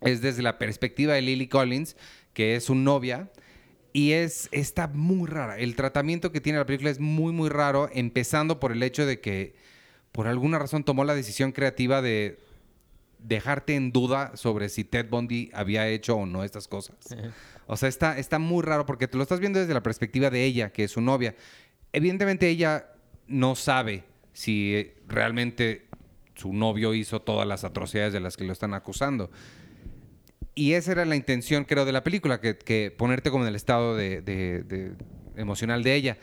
B: es desde la perspectiva de Lily Collins, que es su novia, y es, está muy rara. El tratamiento que tiene la película es muy, muy raro, empezando por el hecho de que por alguna razón tomó la decisión creativa de dejarte en duda sobre si Ted Bundy había hecho o no estas cosas. O sea, está, está muy raro porque te lo estás viendo desde la perspectiva de ella, que es su novia. Evidentemente ella no sabe si eh, realmente su novio hizo todas las atrocidades de las que lo están acusando. Y esa era la intención, creo, de la película, que, que ponerte como en el estado de- de- de- emocional de ella.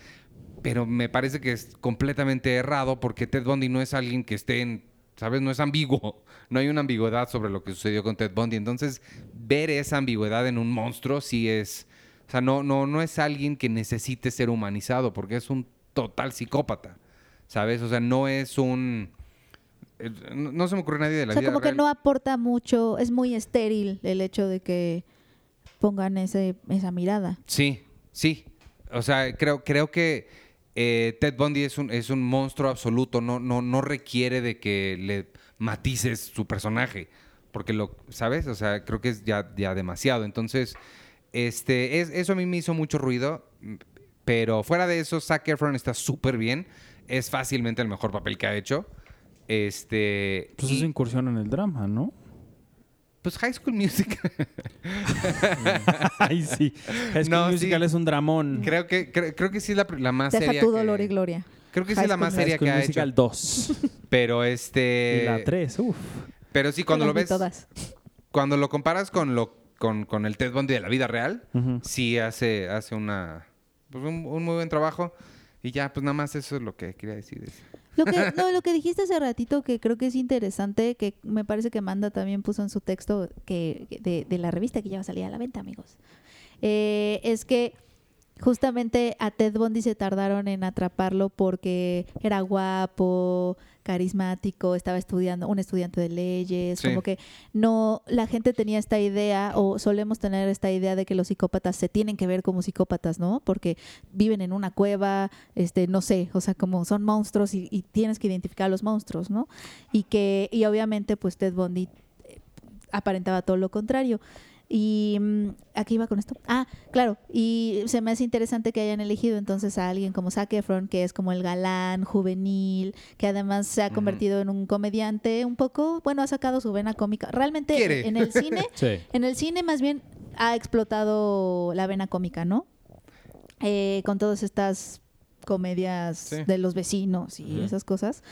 B: Pero me parece que es completamente errado porque Ted Bundy no es alguien que esté en, ¿sabes? No es ambiguo. No hay una ambigüedad sobre lo que sucedió con Ted Bundy. Entonces, ver esa ambigüedad en un monstruo sí es... O sea, no, no, no es alguien que necesite ser humanizado porque es un total psicópata, ¿sabes? O sea, no es un... eh, No, no se me ocurre nadie de la
A: o sea,
B: vida
A: como
B: real.
A: que no aporta mucho, es muy estéril el hecho de que pongan ese, esa mirada.
B: Sí, sí. O sea, creo, creo que eh, Ted Bundy es un, es un monstruo absoluto. No, no, no requiere de que le matices su personaje. porque lo, ¿sabes? O sea, creo que es ya, ya demasiado. Entonces, este, es, eso a mí me hizo mucho ruido, m- pero fuera de eso, Zac Efron está súper bien. Es fácilmente el mejor papel que ha hecho. Este,
C: Pues
B: y-
C: es su incursión en el drama, ¿no?
B: pues High School Music.
C: Ay, sí. Es que
B: No,
C: un musical
B: sí.
C: es un dramón.
B: creo, que, creo, creo que sí es la, pr- la más
A: Deja
B: seria.
A: tu
B: que-
A: dolor y gloria.
B: Creo que sí
A: High
B: es la
A: School
B: más
C: High
B: seria
C: School
B: que ha hecho.
C: musical 2.
B: Pero este.
C: y la 3, uff.
B: Pero sí, cuando
A: Las
B: lo
A: vi
B: ves.
A: todas.
B: Cuando lo comparas con lo con, con el Ted Bundy de la vida real, sí hace, hace una. pues, un, un muy buen trabajo. Y ya, pues nada más eso es lo que quería decir. Es-
A: Lo que, no, lo que dijiste hace ratito que creo que es interesante, que me parece que Manda también puso en su texto que, que de, de la revista que ya va a salir a la venta, amigos, eh, es que justamente a Ted Bundy se tardaron en atraparlo porque era guapo, carismático, estaba estudiando, un estudiante de leyes,
B: Sí.
A: como que no, la gente tenía esta idea o solemos tener esta idea de que los psicópatas se tienen que ver como psicópatas, ¿no? Porque viven en una cueva, este, no sé, o sea, como son monstruos y, y tienes que identificar a los monstruos, ¿no? Y que, y obviamente, pues Ted Bundy eh, aparentaba todo lo contrario. Y mm, aquí iba con esto. Ah, claro. Y se me hace interesante que hayan elegido entonces a alguien como Zac Efron, que es como el galán juvenil, que además se ha
B: Ujú.
A: convertido en un comediante un poco, bueno, ha sacado su vena cómica. Realmente
B: Quiere.
A: en el cine
D: Sí.
A: en el cine más bien ha explotado la vena cómica, ¿no? Eh, con todas estas comedias
B: Sí.
A: de los vecinos y
D: Ujú.
A: esas cosas.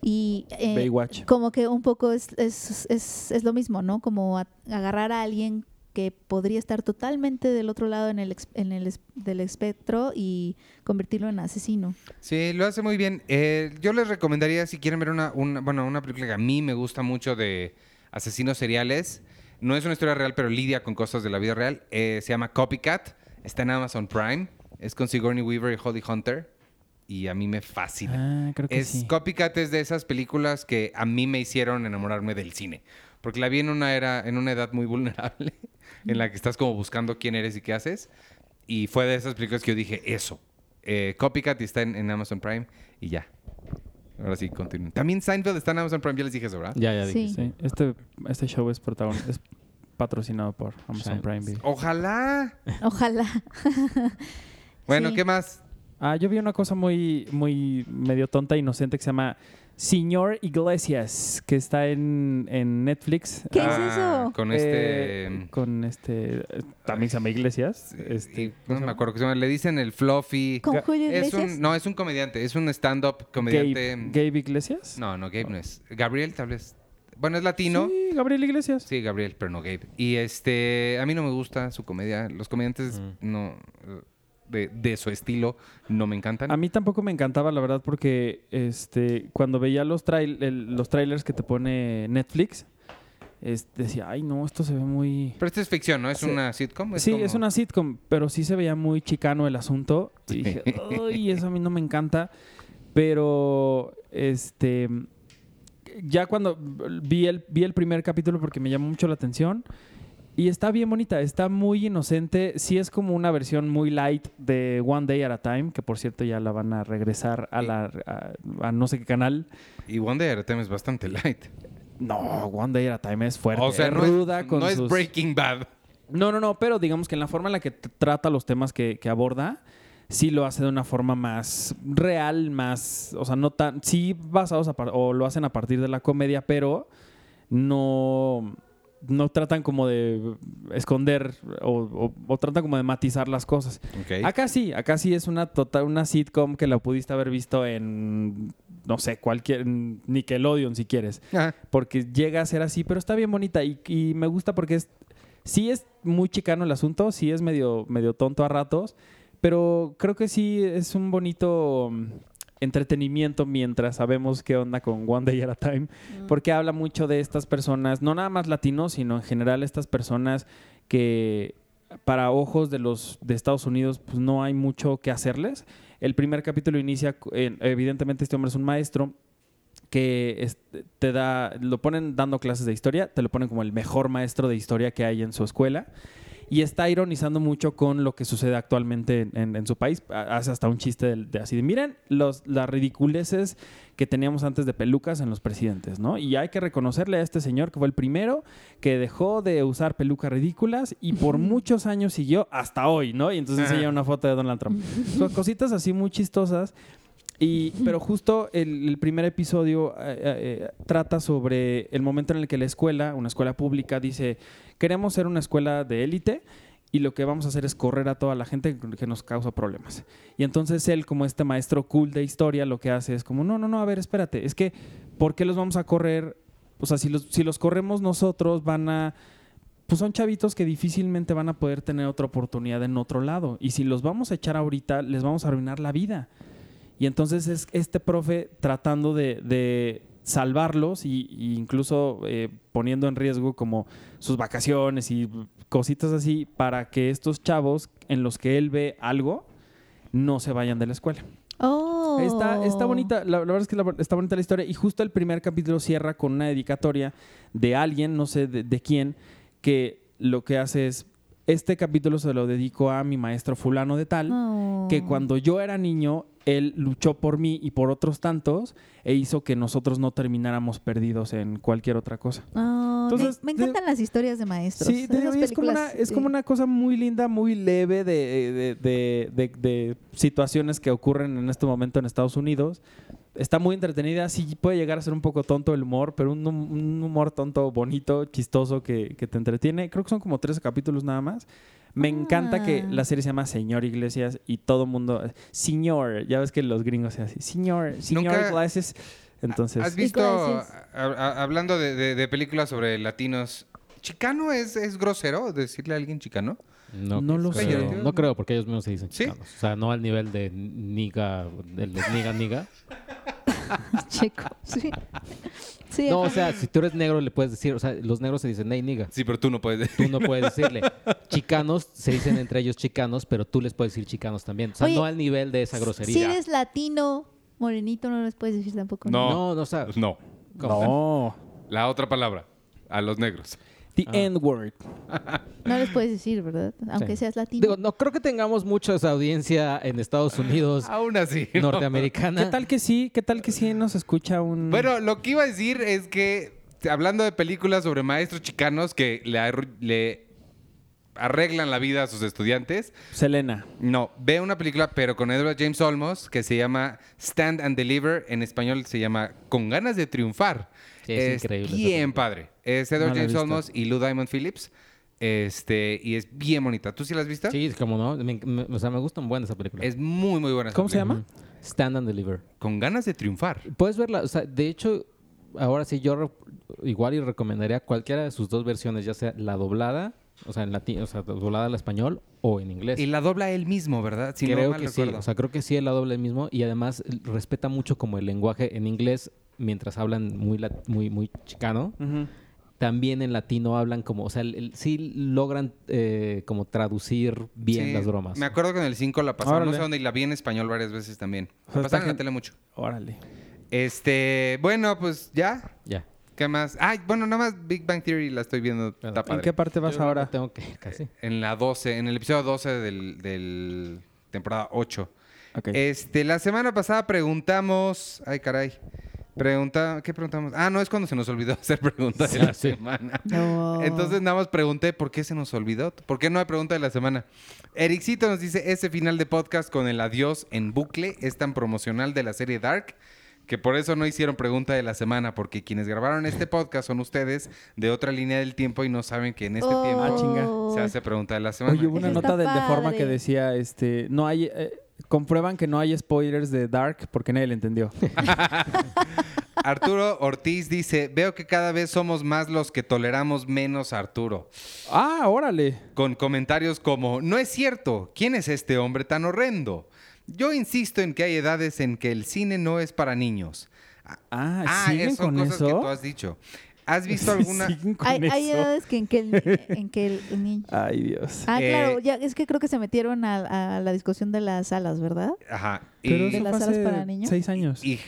A: Y eh,
C: Baywatch.
A: como que un poco es, es, es- es lo mismo, ¿no? Como a- agarrar a alguien que podría estar totalmente del otro lado en el, ex- en el es- del espectro y convertirlo en asesino.
B: Sí, lo hace muy bien. Eh, yo les recomendaría, si quieren ver una, una- bueno, una película que a mí me gusta mucho de asesinos seriales. No es una historia real, pero lidia con cosas de la vida real. Eh, se llama Copycat. Está en Amazon Prime. Es con Sigourney Weaver y Holly Hunter. Y a mí me fascina.
C: Ah, creo que
B: es
C: sí.
B: Copycat es de esas películas que a mí me hicieron enamorarme del cine. Porque la vi en una era, en una edad muy vulnerable, en la que estás como buscando quién eres y qué haces. Y fue de esas películas que yo dije, eso. Eh, Copycat y está en, en Amazon Prime y ya. Ahora sí, continúen. También Seinfeld está en Amazon Prime, ya les dije eso, ¿verdad?
D: Ya, ya
A: Sí.
D: dije.
C: Sí, este, este show es, protagon- es patrocinado por Amazon
D: Sí.
C: Prime
B: Oh.
C: Video.
B: Ojalá.
A: Ojalá.
B: Bueno,
A: Sí.
B: ¿qué más?
C: Ah, yo vi una cosa muy, muy medio tonta e inocente que se llama Señor Iglesias, que está en, en Netflix.
A: ¿Qué
C: Ah,
A: es eso?
B: Con
C: eh,
B: este...
C: con este. eh, También se llama Iglesias. Este,
B: y- no me acuerdo que se llama. Le dicen el Fluffy.
A: ¿Con Julio
B: Es
A: Iglesias?
B: un, no, es un comediante. Es un stand-up comediante.
C: Gabe, Gabe Iglesias.
B: No, no, Gabe no es. Gabriel, tal vez. Bueno, es latino. Sí.
C: Sí, Gabriel Iglesias.
B: Gabriel, pero no Gabe. Y este, a mí no me gusta su comedia. Los comediantes no eh, de, de su estilo no me encantan.
C: A mí tampoco me encantaba, la verdad, porque este, cuando veía los, trail- el- los trailers que te pone Netflix, es- decía, ay, no, esto se ve muy.
B: Pero esto es ficción, ¿no? Es
C: Sí.
B: una sitcom.
C: sí,
B: Pues como-
C: es una sitcom, pero sí se veía muy chicano el asunto.
B: Sí.
C: Y dije, ay, eso a mí no me encanta. Pero, este, ya cuando vi el, vi el primer capítulo porque me llamó mucho la atención. Y está bien bonita, está muy inocente. Sí es como una versión muy light de One Day at a Time, que por cierto ya la van a regresar a, la, a- a no sé qué canal.
B: Y One Day at a Time es bastante light.
C: No, One Day at a Time es fuerte,
B: o sea,
C: es
B: no,
C: ruda
B: es,
C: con
B: no es
C: sus-
B: Breaking Bad.
C: no, no, no, pero digamos que en la forma en la que t- trata los temas que, que aborda, sí lo hace de una forma más real, más, o sea, no tan, sí basados a par- o lo hacen a partir de la comedia, pero no, no tratan como de esconder o, o- o tratan como de matizar las cosas.
B: Ok.
C: Acá sí, acá sí es una total, una sitcom que la pudiste haber visto en, no sé, cualquier, en Nickelodeon si quieres
B: Ah,
C: porque llega a ser así, pero está bien bonita y, y me gusta porque es, sí es muy chicano el asunto, sí es medio, medio tonto a ratos, pero creo que sí es un bonito mm, entretenimiento mientras sabemos qué onda con One Day at a Time, porque habla mucho de estas personas, no nada más latinos, sino en general estas personas que para ojos de los de Estados Unidos pues no hay mucho que hacerles. El primer capítulo inicia, cu- en- evidentemente este hombre es un maestro que es- te da, lo ponen dando clases de historia, te lo ponen como el mejor maestro de historia que hay en su escuela y está ironizando mucho con lo que sucede actualmente en, en- en su país. Ha- Hace hasta un chiste de, de así de, miren los, las ridiculeces que teníamos antes de pelucas en los presidentes, ¿no? Y hay que reconocerle a este señor que fue el primero que dejó de usar pelucas ridículas y por muchos años siguió hasta hoy, ¿no? Y entonces
B: Ajá.
C: ella una foto de Donald Trump. Co- Cositas así muy chistosas. Y, pero justo el, el primer episodio eh, eh, eh, trata sobre el momento en el que la escuela, una escuela pública, dice, queremos ser una escuela de élite y lo que vamos a hacer es correr a toda la gente que nos causa problemas. Y entonces él, como este maestro cool de historia, lo que hace es como, no, no, no, a ver, espérate, es que, ¿por qué los vamos a correr? O sea, si los, si los corremos nosotros van a... Pues son chavitos que difícilmente van a poder tener otra oportunidad en otro lado. Y si los vamos a echar ahorita, les vamos a arruinar la vida. Y entonces es este profe tratando de, de salvarlos y, y incluso eh, poniendo en riesgo como sus vacaciones y cositas así para que estos chavos en los que él ve algo no se vayan de la escuela.
A: Oh.
C: Está, está bonita, la, la verdad es que la- está bonita la historia y justo el primer capítulo cierra con una dedicatoria de alguien, no sé de, de quién, que lo que hace es, este capítulo se lo dedico a mi maestro fulano de tal,
A: Oh.
C: que cuando yo era niño, él luchó por mí y por otros tantos e hizo que nosotros no termináramos perdidos en cualquier otra cosa.
A: Oh, me-
C: Entonces,
A: me,
C: te-
A: encantan las historias de maestros.
C: Sí, te digo,
A: Esas
C: y es, como una,
A: películas,
C: es como
A: sí.
C: una cosa muy linda, muy leve de, de- de- de- de situaciones que ocurren en este momento en Estados Unidos. Está muy entretenida, sí puede llegar a ser un poco tonto el humor, pero un, hum- un humor tonto, bonito, chistoso que, que te entretiene. Creo que son como 13 capítulos nada más. Me encanta que
A: Ah.
C: la serie se llama Señor Iglesias y todo mundo... Señor, ya ves que los gringos se hacen Señor, Señor
B: Nunca-
C: Iglesias. Entonces...
B: ¿Has
A: Y
B: visto,
A: gracias.
B: a- a- hablando de, de- de películas sobre latinos, ¿chicano es, es grosero decirle a alguien chicano?
D: No,
C: No lo
B: sé.
D: creo. No creo, porque ellos mismos se dicen
B: ¿Sí?
D: chicanos. O sea, no al nivel de niga, del de niga, niga.
A: Checo. Sí. Sí,
D: No, o
A: ajá.
D: sea, si tú eres negro le puedes decir, o sea, los negros se dicen, hey, niga.
B: Sí, pero tú no puedes decir.
D: Tú no puedes decirle. Chicanos se dicen entre ellos chicanos, pero tú les puedes decir chicanos también. O sea,
A: Oye,
D: no al nivel de esa grosería.
A: Si eres latino, morenito, no les puedes decir tampoco.
B: No. Pues
D: No, no, o sea,
B: No.
C: No.
B: La otra palabra, a los negros.
C: The
B: Ah.
C: N-word.
A: No les puedes decir, ¿verdad? Aunque seas latino.
D: digo, no creo que tengamos mucha esa audiencia en Estados Unidos
B: Aún así. ¿no?
D: norteamericana.
C: ¿Qué tal que sí? ¿Qué tal que sí nos escucha un...
B: Bueno, lo que iba a decir es que, hablando de películas sobre maestros chicanos que le, arru- le arreglan la vida a sus estudiantes,
C: Selena.
B: no, ve una película, pero con Edward James Olmos, que se llama Stand and Deliver, en español se llama Con ganas de triunfar.
D: Sí, es increíble esa
B: Bien
D: película.
B: padre. Es
C: No
B: Edward
C: la he
B: James
C: visto.
B: Olmos y Lou Diamond Phillips. Este, y es bien bonita. ¿Tú sí la has visto?
D: Sí, como no. Me- me- o sea, me gustan buenas esa película.
B: Es muy, muy buena. esa
C: ¿Cómo se
B: película.
C: llama?
D: Stand and Deliver.
B: Con ganas de triunfar.
D: Puedes verla, o sea, de hecho, ahora sí yo re- igual y recomendaría cualquiera de sus dos versiones, ya sea la doblada, o sea, en latín, o sea, doblada al español o en inglés.
B: Y la dobla él mismo, ¿verdad? Si no
D: creo
B: mal
D: que sí,
B: recuerdo.
D: o sea, creo que sí la dobla el mismo y además l- respeta mucho como el lenguaje en inglés mientras hablan muy lat- muy muy chicano, también en latino hablan como, o sea, el- el- sí logran eh, como traducir bien
B: Sí,
D: las bromas.
B: Me acuerdo que en el 5 la pasaron, no
C: Órale.
B: sé dónde, y la vi en español varias veces
C: O
B: también. La
C: sea, está
B: pasaron en la
C: gen-
B: tele mucho.
C: Órale.
B: Este, bueno, pues ya.
D: Ya.
B: ¿Qué más? Ay, bueno, nada más Big Bang Theory la estoy viendo. está
D: Bueno, ¿en
C: ¿En
B: padre. Eh,
C: qué parte vas
D: Yo
C: ahora?
D: tengo que ir casi.
B: En la 12, en el episodio 12 del, del temporada 8.
C: Ok.
B: Este, la semana pasada preguntamos. Ay, caray. Pregunta, ¿Qué preguntamos? Ah, no, es cuando se nos olvidó hacer pregunta
C: Ah,
B: de la
D: Sí.
B: semana.
A: No.
B: Entonces nada más pregunté por qué se nos olvidó, por qué no hay pregunta de la semana. Ericito nos dice, ese final de podcast con el adiós en bucle es tan promocional de la serie Dark que por eso no hicieron pregunta de la semana, porque quienes grabaron este podcast son ustedes de otra línea del tiempo y no saben que en este
A: Oh.
B: tiempo
C: Ah, chinga.
B: se hace pregunta de la semana.
C: Oye, hubo una
A: Eso está
C: nota de, de forma
A: padre.
C: que decía, este, no hay... eh, comprueban que no hay spoilers de Dark porque nadie le entendió.
B: Arturo Ortiz dice, veo que cada vez somos más los que toleramos menos a Arturo.
C: ah, órale.
B: con comentarios como, no es cierto, ¿quién es este hombre tan horrendo? Yo insisto en que hay edades en que el cine no es para niños.
C: Ah,
B: Ah,
C: ¿siguen
B: esas son
C: con
B: cosas que tú
C: eso?
B: has dicho. ¿Has visto alguna?
C: Siguen con
A: Hay, hay
C: eso.
A: edades que en que el, ni- en que el- el niño...
C: Ay, Dios.
A: Ah,
B: Eh,
A: claro, ya, es que creo que se metieron a, a la discusión de las salas, ¿verdad?
B: Ajá.
C: Pero
A: ¿De
C: eso
B: Y,
A: las
C: fue
A: salas
C: hace
A: para niños?
C: Seis años.
B: y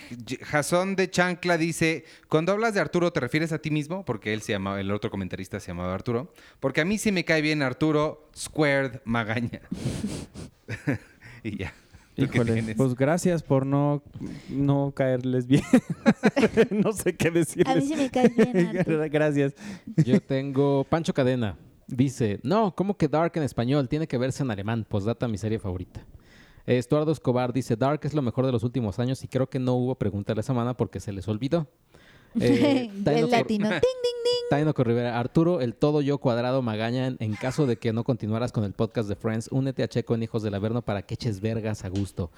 B: Jason de Chancla dice, cuando hablas de Arturo, ¿te refieres a ti mismo? Porque él se llamaba, el otro comentarista se llamaba Arturo. Porque a mí sí me cae bien Arturo Squared Magaña. y ya. ¿Tú qué
C: Híjole,
B: tienes?
C: pues gracias por no, no caerles bien. no sé qué
A: A mí
C: decirles.
A: se me cae bien.
C: Eh,
A: Arturo.
C: gracias.
D: Yo tengo Pancho Cadena. Dice, no, ¿cómo que Dark en español? Tiene que verse en alemán. Postdata, mi serie favorita. Estuardo Escobar dice, Dark es lo mejor de los últimos años y creo que no hubo pregunta la semana porque se les olvidó. Eh, Taino
A: el
D: Cor-
A: latino. Ting, ting.
D: Taino Corrivera, Arturo, el todo yo cuadrado Magaña, en, en caso de que no continuaras con el podcast de Friends, únete a Checo en Hijos del Averno para que eches vergas a gusto.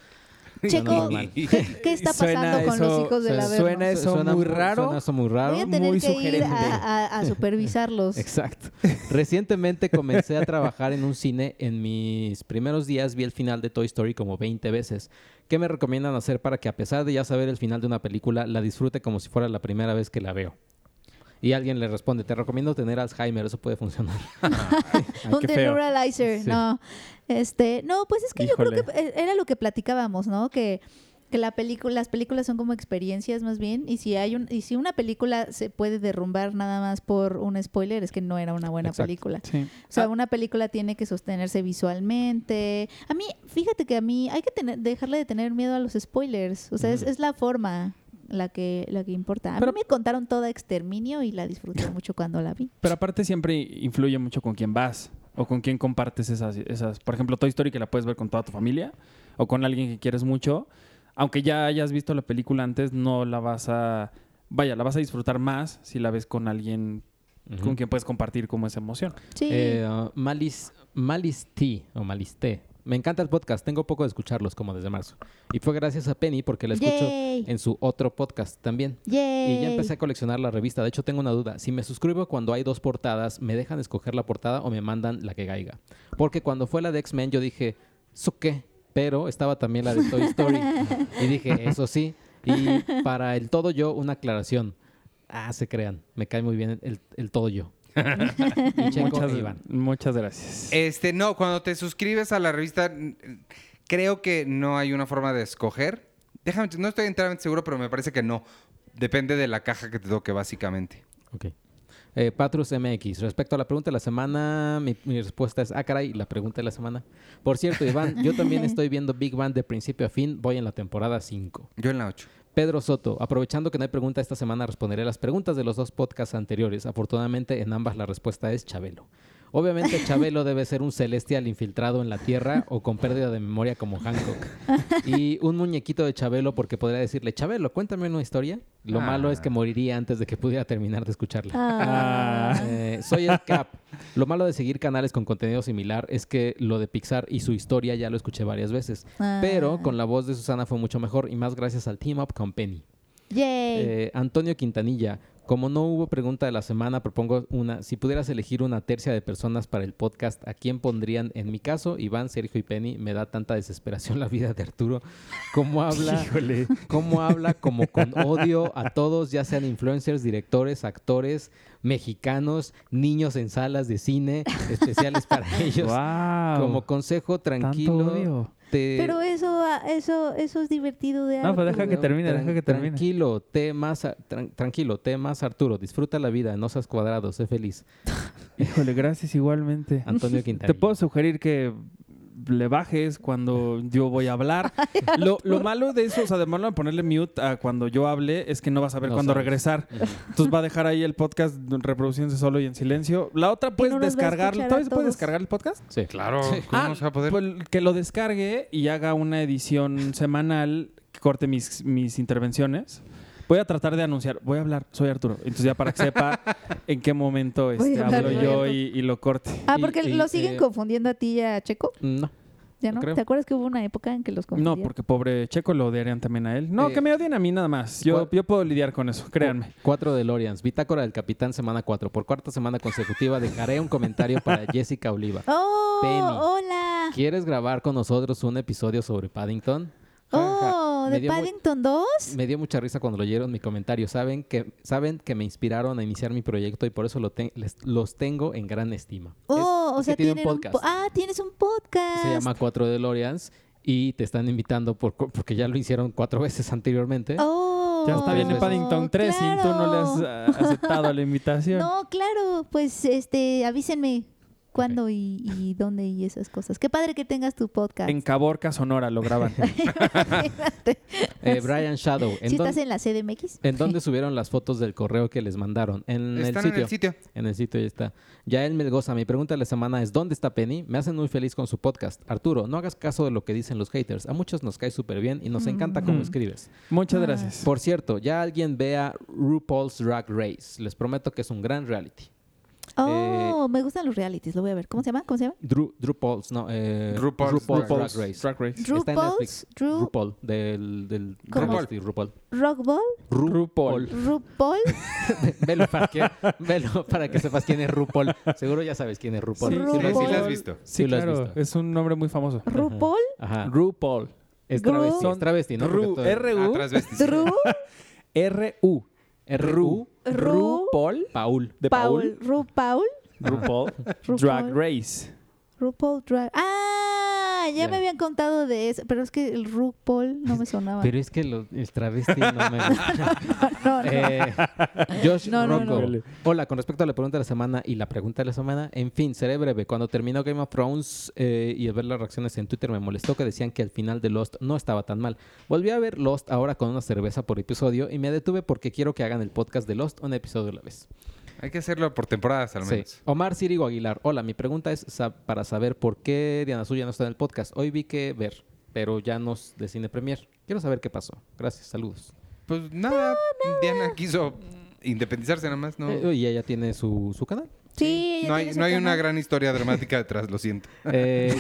A: Checo,
D: normal.
A: ¿qué está pasando con los hijos de la
C: Suena eso
D: Suena
C: muy raro.
D: Suena eso muy raro.
A: Voy a tener
C: muy
A: que ir
C: sugerente.
A: a, a- a supervisarlos.
D: Exacto. Recientemente comencé a trabajar en un cine. En mis primeros días vi el final de Toy Story como 20 veces. ¿Qué me recomiendan hacer para que a pesar de ya saber el final de una película, la disfrute como si fuera la primera vez que la veo? Y alguien le responde, te recomiendo tener Alzheimer, eso puede funcionar.
C: Ay,
A: un
C: qué feo.
A: deneuralizer,
D: Sí.
A: no. Este, no, pues es que yo
C: Híjole.
A: creo que eh, era lo que platicábamos, ¿no? Que, que la película, las películas son como experiencias más bien, y si hay un, y si una película se puede derrumbar nada más por un spoiler, es que no era una buena
D: Exacto.
A: película.
C: Sí. Ah.
A: O sea, una película tiene que sostenerse visualmente. A mí, fíjate que a mí hay que tener, dejarle de tener miedo a los spoilers. O sea, es, es la forma la que, la que importa. A
C: Pero-
A: mí me contaron toda Exterminio y la disfruté mucho cuando la vi.
C: Pero aparte siempre influye mucho con quién vas o con quién compartes esas, esas. Por ejemplo, Toy Story que la puedes ver con toda tu familia o con alguien que quieres mucho. Aunque ya hayas visto la película antes, no la vas a... Vaya, la vas a disfrutar más si la ves con alguien con quien puedes compartir como esa emoción.
A: Sí.
D: Eh, uh, Malis, Malis T o Malis T. Me encanta el podcast, tengo poco de escucharlos como desde marzo. Y fue gracias a Penny porque la escucho
A: Yay.
D: en su otro podcast también. Y ya
A: Yay.
D: empecé a coleccionar la revista. De hecho, tengo una duda. Si me suscribo cuando hay dos portadas, ¿me dejan escoger la portada o me mandan la que caiga? Porque cuando fue la de X-Men, yo dije, ¿so qué? Pero estaba también la de Toy Story. y dije, eso sí. Y para el todo yo, una aclaración. Ah, se crean. Me cae muy bien el, el todo yo. y Checo
C: Muchas,
D: e Iván.
C: muchas gracias.
B: Este, no, cuando te suscribes a la revista, mm, creo que no hay una forma de escoger. Déjame, no estoy enteramente seguro, pero me parece que no. Depende de la caja que te toque, básicamente.
D: Ok. Eh, Patrus MX, respecto a la pregunta de la semana, mi, mi respuesta es, ah, caray, la pregunta de la semana. Por cierto, Iván, yo también estoy viendo Big Bang de principio a fin, voy en la temporada 5.
B: Yo en la 8.
D: Pedro Soto, aprovechando que no hay pregunta esta semana, responderé las preguntas de los dos podcasts anteriores. Afortunadamente, en ambas la respuesta es Chabelo. Obviamente, Chabelo debe ser un celestial infiltrado en la Tierra o con pérdida de memoria como Hancock. Y un muñequito de Chabelo porque podría decirle, Chabelo, cuéntame una historia. Lo malo es que moriría antes de que pudiera terminar de escucharla.
A: Ah.
D: Eh, soy el Cap. Lo malo de seguir canales con contenido similar es que lo de Pixar y su historia ya lo escuché varias veces.
A: Ah.
D: Pero con la voz de Susana fue mucho mejor y más gracias al team up con Penny.
A: Yay.
D: Eh, Antonio Quintanilla, como no hubo pregunta de la semana, propongo una. Si pudieras elegir una tercia de personas para el podcast, ¿a quién pondrían? En mi caso, Iván, Sergio y Penny, me da tanta desesperación la vida de Arturo. ¿Cómo habla?
C: Híjole.
D: cómo habla como con odio a todos, ya sean influencers, directores, actores, mexicanos, niños en salas de cine, especiales para ellos.
C: Wow.
D: Como consejo, tranquilo.
C: odio.
D: Te,
A: Pero eso, ah, eso, eso es divertido de
C: No, pues
A: Arthur.
C: deja que termine, deja que termine.
D: Tranquilo, té más, a- tran- tranquilo, té más Arturo, disfruta la vida, no seas cuadrado, sé feliz.
C: Híjole, gracias igualmente.
D: Antonio Quintanilla.
C: Te puedo sugerir que le bajes cuando yo voy a hablar. lo, lo malo de eso, o sea, de malo de ponerle mute a cuando yo hable, es que no vas a ver
D: No
C: cuándo
D: sabes.
C: regresar. Entonces va a dejar ahí el podcast reproduciéndose solo y en silencio. La otra puedes
A: no los va a
C: descargar.
A: escuchar a
C: ¿Todavía se puede
A: todos.
C: descargar el podcast?
D: Sí. Ah,
B: Claro, ¿cómo no se va a poder?
C: pues, que lo descargue y haga una edición semanal que corte mis, mis intervenciones. Voy a tratar de anunciar, voy a hablar, soy Arturo. Entonces ya para que sepa en qué momento este,
A: Oye,
C: hablo
A: Arturo.
C: yo y, y lo corte.
A: Ah,
D: Y-
A: porque
D: y-
A: lo siguen
D: eh,
A: confundiendo a ti y a Checo.
D: No.
A: ¿Ya no?
D: creo.
A: ¿Te acuerdas que hubo una época en que los
C: No,
A: confundían?
C: porque pobre Checo lo odiarían también a él. No,
D: Eh,
C: que me odien a mí nada más. Yo,
D: ¿cuál?
C: yo puedo lidiar con eso, créanme.
D: Cuatro de Lorians, Bitácora del Capitán, semana 4. Por cuarta semana consecutiva dejaré un comentario para Jessica Oliva.
A: ¡Oh!
D: Penny.
A: ¡Hola!
D: ¿Quieres grabar con nosotros un episodio sobre Paddington?
A: ¡Oh! ¿Como
D: Me
A: de
D: dio mu-
A: Paddington 2?
D: Me dio mucha risa cuando leyeron mi comentario. Saben que, saben que me inspiraron a iniciar mi proyecto y por eso lo te- les- los tengo en gran estima.
A: Oh,
D: Es-
A: o
D: es
A: sea,
D: que tienen
A: tienen un
D: podcast.
A: po- ah, tienes un podcast.
D: Se llama Cuatro DeLoreans y te están invitando por, co- porque ya lo hicieron cuatro veces anteriormente.
A: Oh,
C: Ya está bien en
D: Entonces-
C: Paddington 3 y tú no le has
A: claro.
C: ah, aceptado la invitación.
A: No, claro, pues este, avísenme cuándo y, y dónde y esas cosas. Qué padre que tengas tu podcast.
C: En Caborca, Sonora lo graban.
A: Imagínate. pues
D: Eh, Brian Shadow. ¿en,
A: si
D: dónde-
A: estás en la CDMX.
C: eh,
D: en dónde subieron las fotos del correo que les mandaron? En el
B: Están
D: sitio.
B: en el sitio.
D: En el sitio ya está. Yael Melgoza, mi pregunta de la semana es, ¿dónde está Penny? Me hacen muy feliz con su podcast. Arturo, no hagas caso de lo que dicen los haters. A muchos nos cae súper bien y nos encanta cómo
C: Mm.
D: escribes.
A: Ah.
C: Muchas gracias.
D: Por cierto, ya alguien vea RuPaul's Drag Race. Les prometo que es un gran reality.
A: Oh, me gustan los realities, lo voy a ver. ¿Cómo se llama? ¿Cómo se llama?
D: Drew, RuPaul's, no. eh,
B: RuPaul's
D: Drag Race.
C: Drag Race.
D: Está en
A: RuPaul's,
D: Netflix.
A: Ru,
D: RuPaul, del... del
A: ¿Cómo?
D: reality RuPaul.
A: Rockball,
C: RuPaul.
A: RuPaul,
D: Velo para, que, velo para que sepas quién es RuPaul. Seguro ya sabes quién es RuPaul.
A: Sí,
B: Sí, sí
A: RuPaul.
B: la has visto.
C: Sí,
D: Sí lo has
C: claro.
D: visto.
C: Es un nombre muy famoso.
A: RuPaul,
D: Ajá.
C: RuPaul.
D: Es
A: Gru-
D: travesti, es travesti, ¿no?
C: Ru,
D: Porque todo-
B: Ah,
C: R-U.
B: transvestis.
A: Ru,
C: R-U.
D: Ru-
A: Ru-
C: RuPaul.
D: Paul.
C: De
A: Paul,
C: Paul.
A: RuPaul,
C: RuPaul.
A: RuPaul.
C: Drag Race.
A: RuPaul Drag. Ah, ya
D: Ya.
A: me habían contado de eso, pero es que el RuPaul no me sonaba.
D: Pero es que lo- el travesti no me gusta.
A: no, no.
D: Eh, Josh
A: No, no,
D: Rocco.
C: no.
D: Hola, con respecto a la pregunta de la semana y la pregunta de la semana, en fin, seré breve. Cuando terminó Game of Thrones eh, y al ver las reacciones en Twitter me molestó que decían que al final de Lost no estaba tan mal. Volví a ver Lost ahora con una cerveza por episodio y me detuve porque quiero que hagan el podcast de Lost un episodio a la vez.
B: Hay que hacerlo por temporadas al
D: Sí.
B: menos.
D: Omar Cirigo Aguilar. Hola, mi pregunta es sa- para saber por qué Diana Suya no está en el podcast. Hoy vi que ver, pero ya nos de Cine Premier. Quiero saber qué pasó. Gracias, saludos.
B: Pues nada, Diana quiso independizarse nada más, ¿no?
D: Eh, y ella tiene su, su canal.
A: sí, ella
B: no
A: tiene
B: hay,
A: su
B: no hay una
A: canal.
B: gran historia dramática detrás, lo siento.
D: Eh,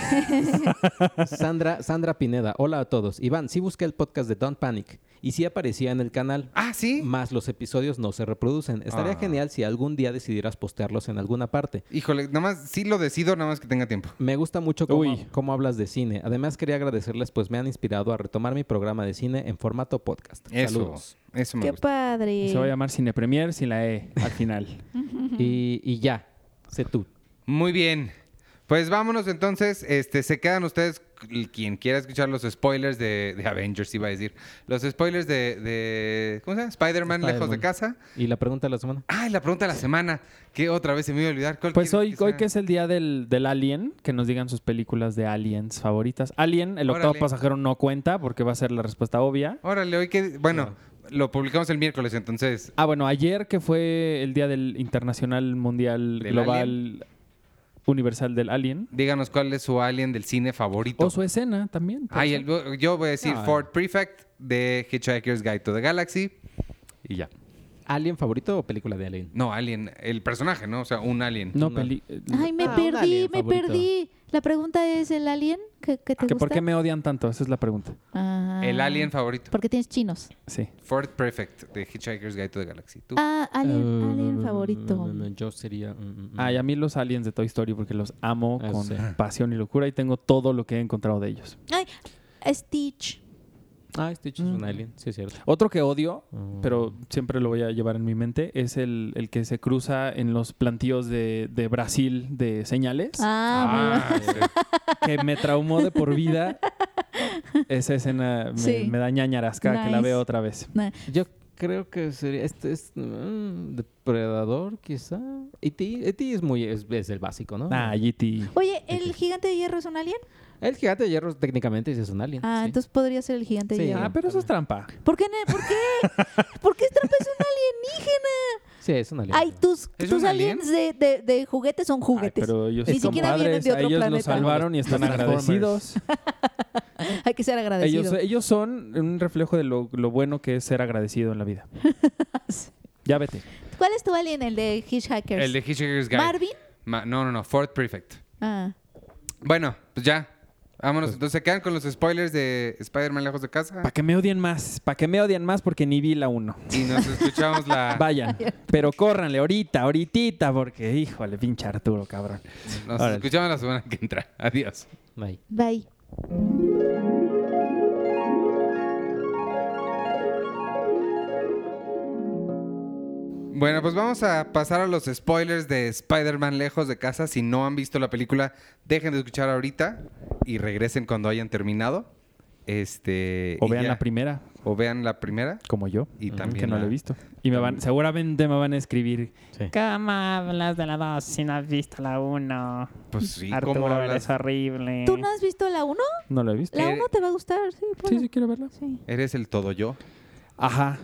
D: Sandra, Sandra Pineda. Hola a todos. Iván, sí busqué el podcast de Don't Panic y sí aparecía en el canal.
B: Ah, sí.
D: Más los episodios no se reproducen. Estaría
B: Ah.
D: genial si algún día decidieras postearlos en alguna parte.
B: Híjole, nada más, sí lo decido, nada más que tenga tiempo.
D: Me gusta mucho cómo,
C: Uy.
D: cómo hablas de cine. Además, quería agradecerles, pues me han inspirado a retomar mi programa de cine en formato podcast.
B: Eso.
D: Saludos.
B: Eso me
A: Qué
B: gusta.
A: padre.
C: Se va a llamar Cine Premier sin la E al final.
D: Y, y ya, sé tú.
B: Muy bien. Pues vámonos entonces. Este, se quedan ustedes, quien quiera escuchar los spoilers de, de Avengers, iba a decir. Los spoilers de, de ¿cómo se llama? Spider-Man lejos de
D: Spider-Man.
B: casa.
D: ¿Y la pregunta de la semana?
B: Ah, y la pregunta de la semana, que otra vez se me iba a olvidar. ¿Cuál
C: Pues
B: quieres
C: hoy, hoy
B: sea?
C: que es el día del, del Alien, que nos digan sus películas de Aliens favoritas. Alien, el octavo
B: Órale.
C: pasajero no cuenta porque va a ser la respuesta obvia.
B: Órale, hoy que... Bueno, lo publicamos el miércoles, entonces...
C: Ah, bueno, ayer que fue el día del Internacional Mundial
B: ¿Del
C: Global
B: Alien?
C: Universal del Alien.
B: Díganos cuál es su alien del cine favorito.
C: O su Ah. escena también. puede
B: Ay,
C: ser.
B: el- yo voy a decir
C: No.
B: Ford Prefect de Hitchhiker's Guide to the Galaxy. Y ya.
D: ¿Alien favorito o película de Alien?
B: No, Alien, el personaje, ¿no? O sea, un alien.
C: No,
D: no.
C: peli- eh,
A: Ay, me
D: Ah, un
A: perdí,
D: alien
A: me
D: favorito.
A: perdí. La pregunta es el alien que, que te
C: Ah, ¿Que
A: gusta.
C: ¿Por qué me odian tanto? Esa es la pregunta.
A: Ah.
B: El alien favorito.
A: Porque tienes chinos.
C: Sí.
B: Ford Prefect de Hitchhiker's Guide to the Galaxy. Tú.
A: Ah, alien,
D: Eh,
A: alien favorito.
D: Yo sería... mm,
B: Ah,
D: mm,
C: Ay, a mí los aliens de Toy Story porque los amo
D: Ah,
C: con
D: sí.
C: pasión y locura y tengo todo lo que he encontrado de ellos.
A: Ay, Stitch.
D: Ah, Stitch
A: Mm.
D: es un alien, sí es cierto.
C: Otro que odio,
D: Mm.
C: pero siempre lo voy a llevar en mi mente, es el, el que se cruza en los plantíos de, de Brasil de señales,
A: Ah,
B: Ah, sí.
C: que me traumó de por vida. Esa escena me,
A: Sí.
C: me da ñañaras cada que la
A: Nice.
C: veo otra vez.
A: mira.
D: Yo creo que sería... Este es... mm, depredador, quizá. E E.T. E.T. es muy... Es, es el básico, ¿no?
C: Ah, GT.
A: Oye, ¿el gigante de hierro es un alien?
D: El gigante de hierro técnicamente sí es un alien.
A: Ah,
D: sí.
A: entonces podría ser el gigante de
D: Sí.
A: hierro.
C: Ah, pero eso es trampa.
A: ¿Por qué? ne- ¿Por qué? ¿Por qué Strap es un alienígena?
D: Sí, es un alien.
A: Ay, tus,
B: ¿Es
A: tus
B: un alien?
A: aliens de, de- de juguetes son
C: Ay,
A: juguetes.
C: pero ellos
A: Ni
C: son
A: siquiera vienen
C: padres,
A: de
C: a
A: otro
C: ellos los
A: planeta.
C: salvaron y están
D: Los Transformers.
C: agradecidos.
A: Hay que ser
C: Ellos, eh,
A: agradecidos.
C: ellos son un reflejo de lo, lo bueno que es ser agradecido en la vida. Ya vete.
A: ¿Cuál es tu alien? El de Hitchhikers.
B: El de Hitchhiker's Guide.
A: Marvin.
B: Ma- no, no, no, Ford Prefect.
A: Ah.
B: Bueno, pues ya. Vámonos.
C: Pues
B: Entonces se quedan con los spoilers de Spider-Man lejos de casa.
C: Para que me odien más. Para que me odien más porque ni vi la 1.
B: Y nos escuchamos la.
C: Vayan. Pero córranle ahorita, ahorita, porque híjole, pinche Arturo, cabrón.
B: Nos
C: Órale.
B: escuchamos la semana que entra. Adiós.
D: Ay.
A: Bye.
B: Bueno, pues vamos a pasar a los spoilers de Spider-Man Lejos de Casa. Si no han visto la película, dejen de escuchar ahorita y regresen cuando hayan terminado. Este,
C: O
B: y
C: vean
B: ya.
C: la primera,
B: O vean la primera.
C: como yo.
B: Y
C: Ujú.
B: también
C: Que no
B: la-
C: la he visto. Y me van, seguramente me van a escribir.
D: Sí.
F: ¿Cómo hablas de la 2 si no has visto la 1?
B: Pues sí, ¿cómo
F: Arturo,
B: hablas?
F: eres horrible.
A: ¿Tú no has visto la 1?
C: No la he visto.
A: La
B: Eh,
A: 1 te va a gustar, sí.
C: Eh. Sí,
A: ponla.
C: sí, quiero verla.
A: Sí.
B: Eres el todo yo.
C: Ajá.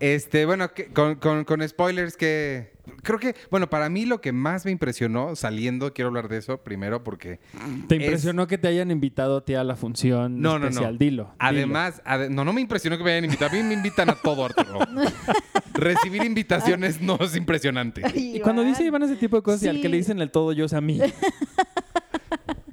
B: Este, bueno, que- con, con- con spoilers que. Creo que, bueno, para mí lo que más me impresionó saliendo, quiero hablar de eso primero porque.
C: ¿Te
B: Es-
C: impresionó que te hayan invitado a ti a la función
B: No, no,
C: especial?
B: no.
C: Dilo. dilo.
B: Además, ade- no, no me impresionó que me hayan invitado. A mí me invitan a todo, Arturo. Recibir invitaciones no es impresionante.
C: Y cuando dice Iván ese tipo de cosas, y al
A: Sí.
C: que le dicen el todo yo es a mí.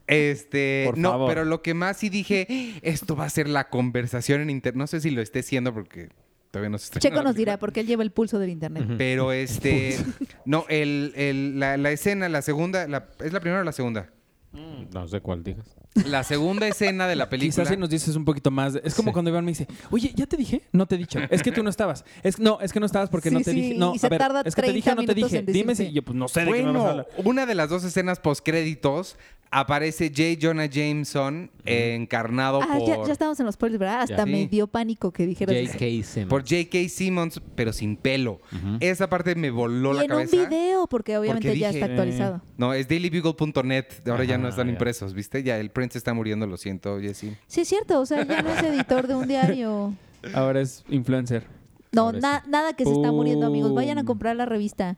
B: Este,
C: Por
B: no,
C: favor.
B: pero lo que más sí dije, esto va a ser la conversación en internet. No sé si lo esté siendo porque todavía no se estrena
A: Checo
B: la
A: nos
B: película.
A: dirá porque él lleva el pulso del internet.
B: Pero este, no, el, el- la, la escena, la segunda, la- ¿es la primera o la segunda?
D: Mm, No sé cuál digas.
B: La segunda escena de la película.
C: Quizás si nos dices un poquito más. de- Es como
D: Sí.
C: cuando Iván me dice, oye, ¿ya te dije? No te he dicho. Es que tú no estabas. Es, no, es que no estabas porque
A: Sí,
C: no te
A: sí,
C: dije. No,
A: y se
C: a ver,
A: tarda
C: es que te
A: 30
C: dije o no te
A: minutos
C: dije.
A: en
C: Dime si
A: decirte.
C: yo pues no sé de qué me vas a
B: Bueno,
C: hablar.
B: una de las dos escenas postcréditos aparece J. Jonah Jameson eh, encarnado
A: Ah,
B: por,
A: ya, ya estábamos en los spoilers, ¿verdad? Hasta
D: Ya.
A: me
B: Sí.
A: dio pánico que dijeras eso.
D: J.K. Simmons.
B: por J.K. Simmons, pero sin pelo. Esa parte me voló
A: Y
B: la
A: en un
B: cabeza.
A: video, porque obviamente ya
B: dije,
A: está
B: eh,
A: actualizado.
B: No, es dailybugle.net. Ahora ya no
D: Ajá,
C: Ah,
B: están
D: ya.
B: impresos, ¿viste? Ya el print se está muriendo, lo siento, Jessy.
A: Sí, es cierto, o sea, ya no es editor de un diario.
C: Ahora es influencer.
A: No,
D: Ahora
A: na- nada que se está muriendo, amigos. Vayan a
C: Pum.
A: comprar la revista.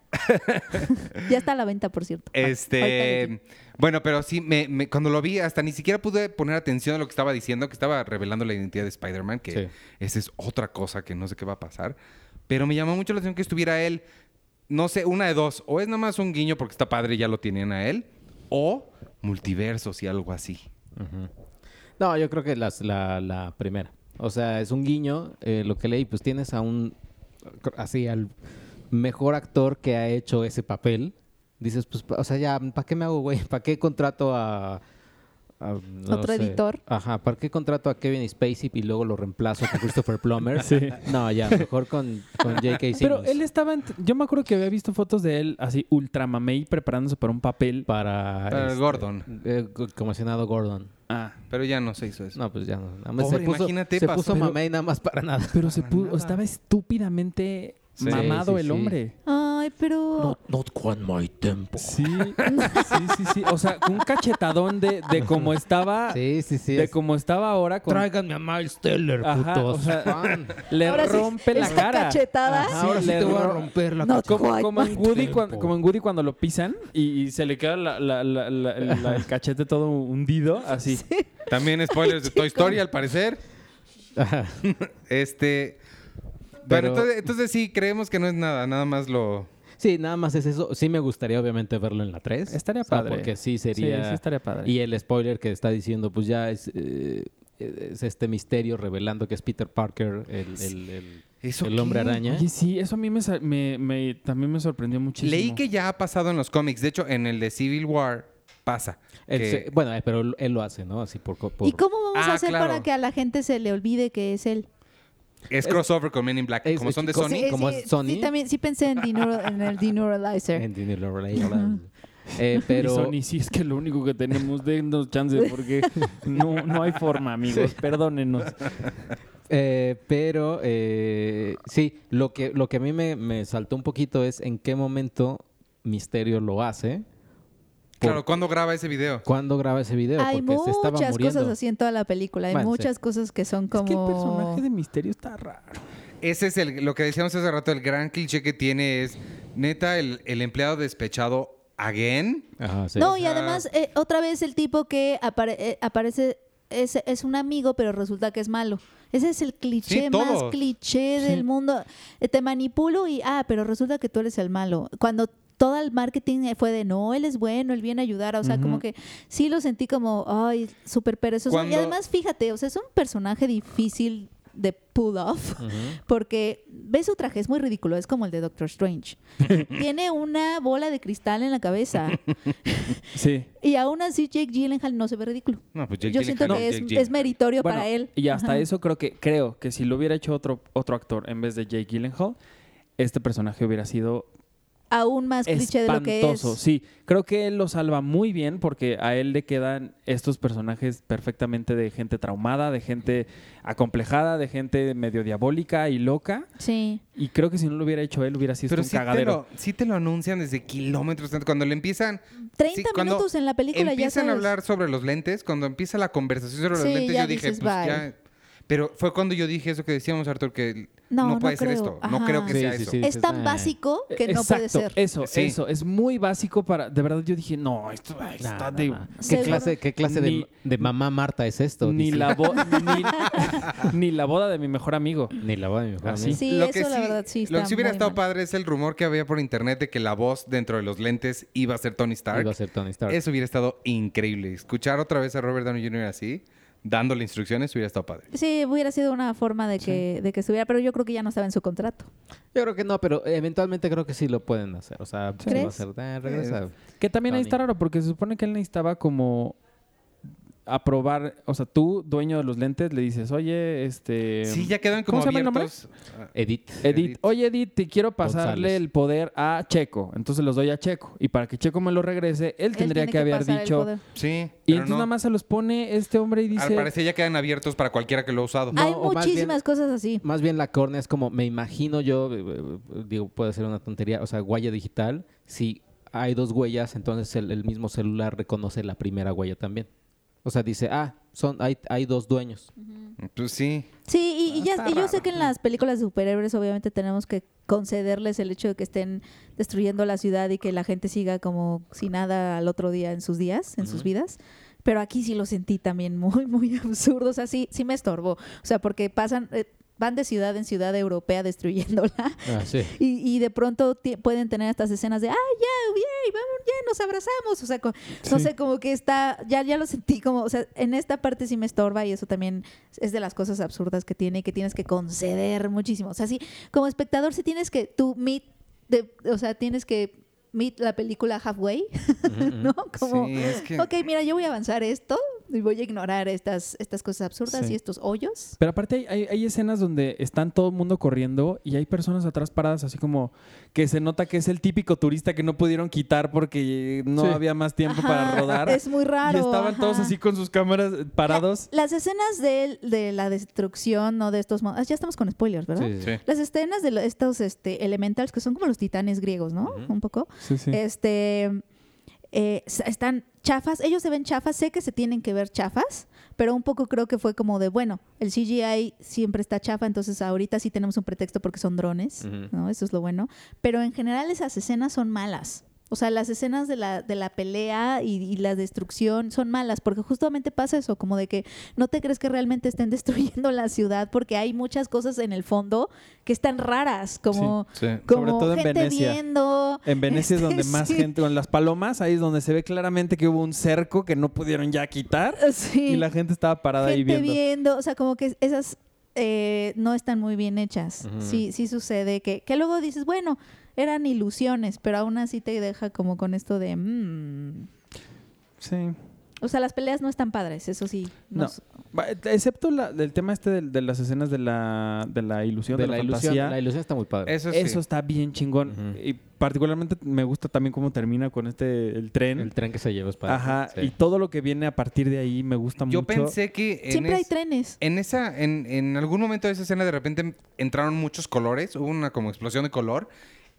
A: ya está a la venta, por cierto. Ahorita les
B: Este, bueno, pero sí, me, me- cuando lo vi, hasta ni siquiera pude poner atención a lo que estaba diciendo, que estaba revelando la identidad de Spider-Man, que
D: Sí.
B: esa es otra cosa que no sé qué va a pasar. Pero me llamó mucho la atención que estuviera él, no sé, una de dos, o es nada más un guiño porque está padre y ya lo tienen a él, o multiversos y algo así.
D: Ujú. No, yo creo que las- la, la primera. O sea, es un guiño. eh, lo que leí, pues tienes a un. Así, al mejor actor que ha hecho ese papel. Dices, pues, pa- o sea, ya, ¿para qué me hago, güey? ¿Para qué contrato a. a, no
A: Otro editor.
D: Ajá, ¿para qué contrato a Kevin Spacey y luego lo reemplazo con Christopher Plummer?
C: Sí.
D: No, ya, mejor con, con J.K. Simmons.
C: Pero él estaba. en- Yo me acuerdo que había visto fotos de él así ultra mamey preparándose para un papel.
D: Para.
B: Para
D: este,
B: Gordon.
D: eh, co- comisionado Gordon.
C: Ah.
B: Pero ya no se hizo eso.
D: No, pues ya no. Nada más
B: Pobre,
D: se puso,
B: imagínate,
D: se
B: pasó-
D: puso
B: Pero-
D: mamey nada más para nada.
C: Pero se
B: Para
C: pudo,
B: nada.
C: estaba estúpidamente
D: Sí,
C: mamado
D: sí,
C: el
D: sí.
C: hombre.
A: digo. Ay, pero.
E: Not quite my tempo.
C: Sí, sí, sí, sí. O sea, un cachetadón de, de cómo estaba,
D: Sí, sí, sí.
C: Ah, de
D: es-
C: cómo estaba ahora con
E: Tráiganme a Miles Teller,
C: Ajá,
E: putos.
C: o sea,
D: Pan.
C: le
A: Ahora sí,
C: rompe la
A: esta
C: cara.
A: cachetada.
C: Ajá,
D: Sí,
C: ahora sí
D: le
C: te voy a
D: ro-
C: romper.
E: la
A: No,
C: Como,
A: Ay,
C: como en
E: my
C: Woody cuando,
E: tempo.
C: como en Woody cuando lo pisan y, y se le queda la- la- la- la- la- el cachete todo hundido, así.
B: También spoilers de Toy Story, al parecer.
D: Ajá.
B: Este. Bueno,
D: Pero-
B: entonces, entonces sí, creemos que no es nada, nada más lo.
D: Sí, nada más es eso. Sí me gustaría obviamente verlo en la 3.
C: Estaría padre.
D: Porque sí
C: Sí,
D: sería...
C: sí estaría padre.
D: Y el spoiler que está diciendo, pues ya es, eh, es este misterio revelando que es Peter Parker, el, el- el-
B: ¿Eso
D: el hombre
B: qué?
D: araña.
C: Oye, sí, eso a mí me, sa- me- me- también me sorprendió muchísimo.
B: Leí que ya ha pasado en los cómics. De hecho, en el de Civil War pasa.
D: Él
B: que-
D: se- bueno, eh, pero él él lo hace, ¿no? Así por... co- por-
A: ¿Y cómo vamos
B: Ah,
A: a hacer
B: claro.
A: para que a la gente se le olvide que es él?
B: es crossover con Men in Black.
D: es-
B: como son de
D: es-
B: Sony.
A: Sí,
D: como
A: sí,
D: es Sony.
A: Sí, también, sí pensé en, dinero- en el Deneuralizer.
D: en Disney Relay. Eh,
C: Pero...
D: pero...
C: Sony, sí es que lo único que tenemos, dennos chance porque no, no hay forma, amigos. Perdónenos.
D: Eh, pero eh, sí, lo que, lo que a mí me, me saltó un poquito es en qué momento Misterio lo hace,
B: Claro, ¿cuándo graba ese video?
D: cuándo graba ese video,
A: Hay
D: porque se estaba
A: muchas
D: muriendo.
A: cosas así en toda la película. Hay
D: Bueno, sí.
A: muchas cosas que son
C: Es que el
A: como.
C: personaje de Misterio está raro.
B: Ese es el, lo que decíamos hace rato, el gran cliché que tiene es, neta, el, el empleado despechado, again.
D: Ajá, sí.
A: no,
B: o
A: y
B: sea-
A: además, eh, otra vez el tipo que apare- eh, aparece. Es, es un amigo, pero resulta que es malo. Ese es el cliché
B: Sí,
A: más
B: todos.
A: cliché del mundo. Eh, Te manipulo y, ah, pero resulta que tú eres el malo. Cuando todo el marketing fue de, no, él es bueno, él viene a ayudar. O sea, como que sí lo sentí como, ay, súper perezoso. Y
B: Cuando-
A: además, fíjate, o sea, es un personaje difícil de pull off. Porque ve su traje, es muy ridículo, es como el de Doctor Strange. Tiene una bola de cristal en la cabeza.
C: Sí.
A: Y aún así Jake Gyllenhaal no se ve ridículo.
B: No, pues Jake
A: Yo siento
B: Gyllenhaal,
A: que es,
B: Jake Gyllenhaal.
A: es meritorio para él.
C: Y hasta
A: Ajá.
C: eso creo que creo que si lo hubiera hecho otro otro actor en vez de Jake Gyllenhaal este personaje hubiera sido
A: Aún más cliché de lo que es.
C: espantoso. Sí, creo que él lo salva muy bien porque a él le quedan estos personajes perfectamente de gente traumada, de gente acomplejada, de gente medio diabólica y loca.
A: Sí.
C: Y creo que si no lo hubiera hecho él, hubiera sido
B: Pero
C: un
B: sí te,
C: cagadero.
B: lo, sí te lo anuncian desde kilómetros. Cuando le empiezan.
A: 30
B: sí, cuando
A: minutos en la película ya
B: Empiezan
A: sabes.
B: a hablar sobre los lentes. Cuando empieza la conversación sobre los
A: Sí,
B: lentes,
A: ya
B: yo dije,
A: dices,
B: pues
A: bye.
B: ya. Pero fue cuando yo dije eso que decíamos, Arthur, que
A: No,
B: no,
A: no
B: puede ser
A: creo.
B: esto. No
A: Ajá.
B: creo que
D: Sí,
B: sea
D: sí,
B: eso.
D: sí.
A: Es
D: dices,
A: tan
D: "Ah".
A: básico que no puede
C: Exacto,
A: ser.
C: Eso,
B: Sí.
C: eso. Es muy básico para. De verdad, yo dije, no, esto ay,
D: No,
C: está
D: no,
C: de.
D: no. ¿Qué
A: Seguro.
D: clase, qué clase de-
C: Ni-
D: de, mamá Marta es esto?
C: Ni
D: Dice,
C: la, bo- ni, ni la boda de mi mejor amigo.
D: Ni la voy a mi mejor
C: Así.
D: amigo.
A: Sí,
B: lo
A: eso
B: que
A: la verdad sí
B: Lo que
A: está
B: sí hubiera
A: muy
B: estado
A: mal.
B: padre es el rumor que había por internet de que la voz dentro de los lentes iba a ser Tony Stark.
D: Iba a ser Tony Stark.
B: Eso hubiera estado increíble. Escuchar otra vez a Robert Downey Jr. así, dándole instrucciones, hubiera estado padre.
A: Sí, hubiera sido una forma de que, de que estuviera, pero yo creo que ya no estaba en su contrato.
D: Yo creo que no, pero eventualmente creo que sí lo pueden hacer. O sea, sí
A: ¿Crees?
D: va a ser, "Ah, regresa.
C: Que también ahí
D: Tony.
C: está raro, porque se supone que él necesitaba como aprobar, o sea, tú, dueño de los lentes, le dices, oye, este...
B: Sí, ya quedan como
C: ¿Cómo se llama el nombre?
B: abiertos. Ah,
D: Edith.
C: Edith,
B: Edith.
C: oye Edith, te quiero pasarle
D: González.
C: el poder a Checo, entonces los doy a Checo, y para que Checo me lo regrese, él
A: Él
C: tendría
A: tiene
C: que haber
A: pasar el
C: dicho...
A: poder.
B: Sí.
C: Y
B: pero
C: entonces
B: no.
C: nada más se los pone este hombre y dice...
B: Al parecer ya quedan abiertos para cualquiera que lo ha usado.
D: No,
A: Hay
D: o más bien-
A: muchísimas cosas así.
D: Más bien la córnea es como, me imagino yo, eh, eh, digo, puede ser una tontería, o sea, huella digital, si hay dos huellas, entonces el, el mismo celular reconoce la primera huella también. O sea, dice, ah, son, hay, hay dos dueños.
B: Pues sí.
A: Sí, y, y ya,
B: Ah, Está
A: y yo sé
B: raro.
A: que en las películas de superhéroes obviamente tenemos que concederles el hecho de que estén destruyendo la ciudad y que la gente siga como sin nada al otro día en sus días, en sus vidas. Pero aquí sí lo sentí también muy, muy absurdo. O sea, sí, sí me estorbó. O sea, porque pasan, eh, van de ciudad en ciudad europea destruyéndola.
D: Ah, sí.
A: Y, y de pronto ti- pueden tener estas escenas de, ah, ya, yay, vamos, ya, nos abrazamos. O sea, co- no sé, como que está, ya, ya lo sentí como, o sea, en esta parte sí me estorba y eso también es de las cosas absurdas que tiene y que tienes que conceder muchísimo. O sea, sí, como espectador sí tienes que, tú meet, de- o sea, tienes que meet la película halfway, ¿no? Como,
B: Sí, es que-
A: ok, mira, yo voy a avanzar esto y voy a ignorar estas, estas cosas absurdas
C: Sí.
A: y estos hoyos.
C: Pero aparte hay, hay- hay escenas donde están todo el mundo corriendo y hay personas atrás paradas así como que se nota que es el típico turista que no pudieron quitar porque no
D: Sí.
C: había más tiempo para
A: Ajá,
C: rodar.
A: Es muy raro.
C: y estaban todos
A: ajá.
C: así con sus cámaras parados.
A: Las escenas de, de la destrucción, ¿no? De estos... mon- Ah, ya estamos con spoilers, ¿verdad?
D: Sí, sí, sí.
B: Sí.
A: Las escenas de lo- estos este, elementals, que son como los titanes griegos, ¿no? Un poco.
C: Sí, sí.
A: Este... eh, s- están chafas, ellos se ven chafas, sé que se tienen que ver chafas, pero un poco creo que fue como de, bueno, el CGI siempre está chafa, entonces ahorita sí tenemos un pretexto porque son drones,
D: Ujú.
A: ¿no? Eso es lo bueno. Pero en general esas escenas son malas. O sea, las escenas de la, de la pelea y, y la destrucción son malas, porque justamente pasa eso, como de que no te crees que realmente estén destruyendo la ciudad, porque hay muchas cosas en el fondo que están raras, como,
B: Sí.
A: como
C: Sobre todo en
A: gente
C: Venecia.
A: viendo.
C: En Venecia es
A: este,
C: donde más
A: sí.
C: gente, con las palomas, ahí es donde se ve claramente que hubo un cerco que no pudieron ya quitar
A: Sí.
C: y la gente estaba parada ahí
A: gente
C: viendo.
A: viendo, o sea, como que esas eh, no están muy bien hechas.
D: Ujú.
A: Sí, sí sucede que, que luego dices, bueno, eran ilusiones, pero aún así te deja como con esto de, mm.
C: Sí.
A: o sea, las peleas no están padres, eso sí.
C: No.
A: nos-
C: Va, Excepto la- el tema este de, de las escenas de la, de la ilusión, de,
D: De
C: la,
D: la
C: fantasía.
D: ilusión, la ilusión está muy padre.
B: Eso sí.
C: Eso está bien chingón.
D: Ujú.
C: Y particularmente me gusta también cómo termina con este, el tren.
D: El tren que se lleva es padre.
C: Ajá.
D: Sí.
C: Y todo lo que viene a partir de ahí me gusta
B: Yo
C: mucho.
B: pensé que. en
A: Siempre hay
B: es-
A: trenes.
B: En esa, en, en algún momento de esa escena de repente entraron muchos colores, hubo una como explosión de color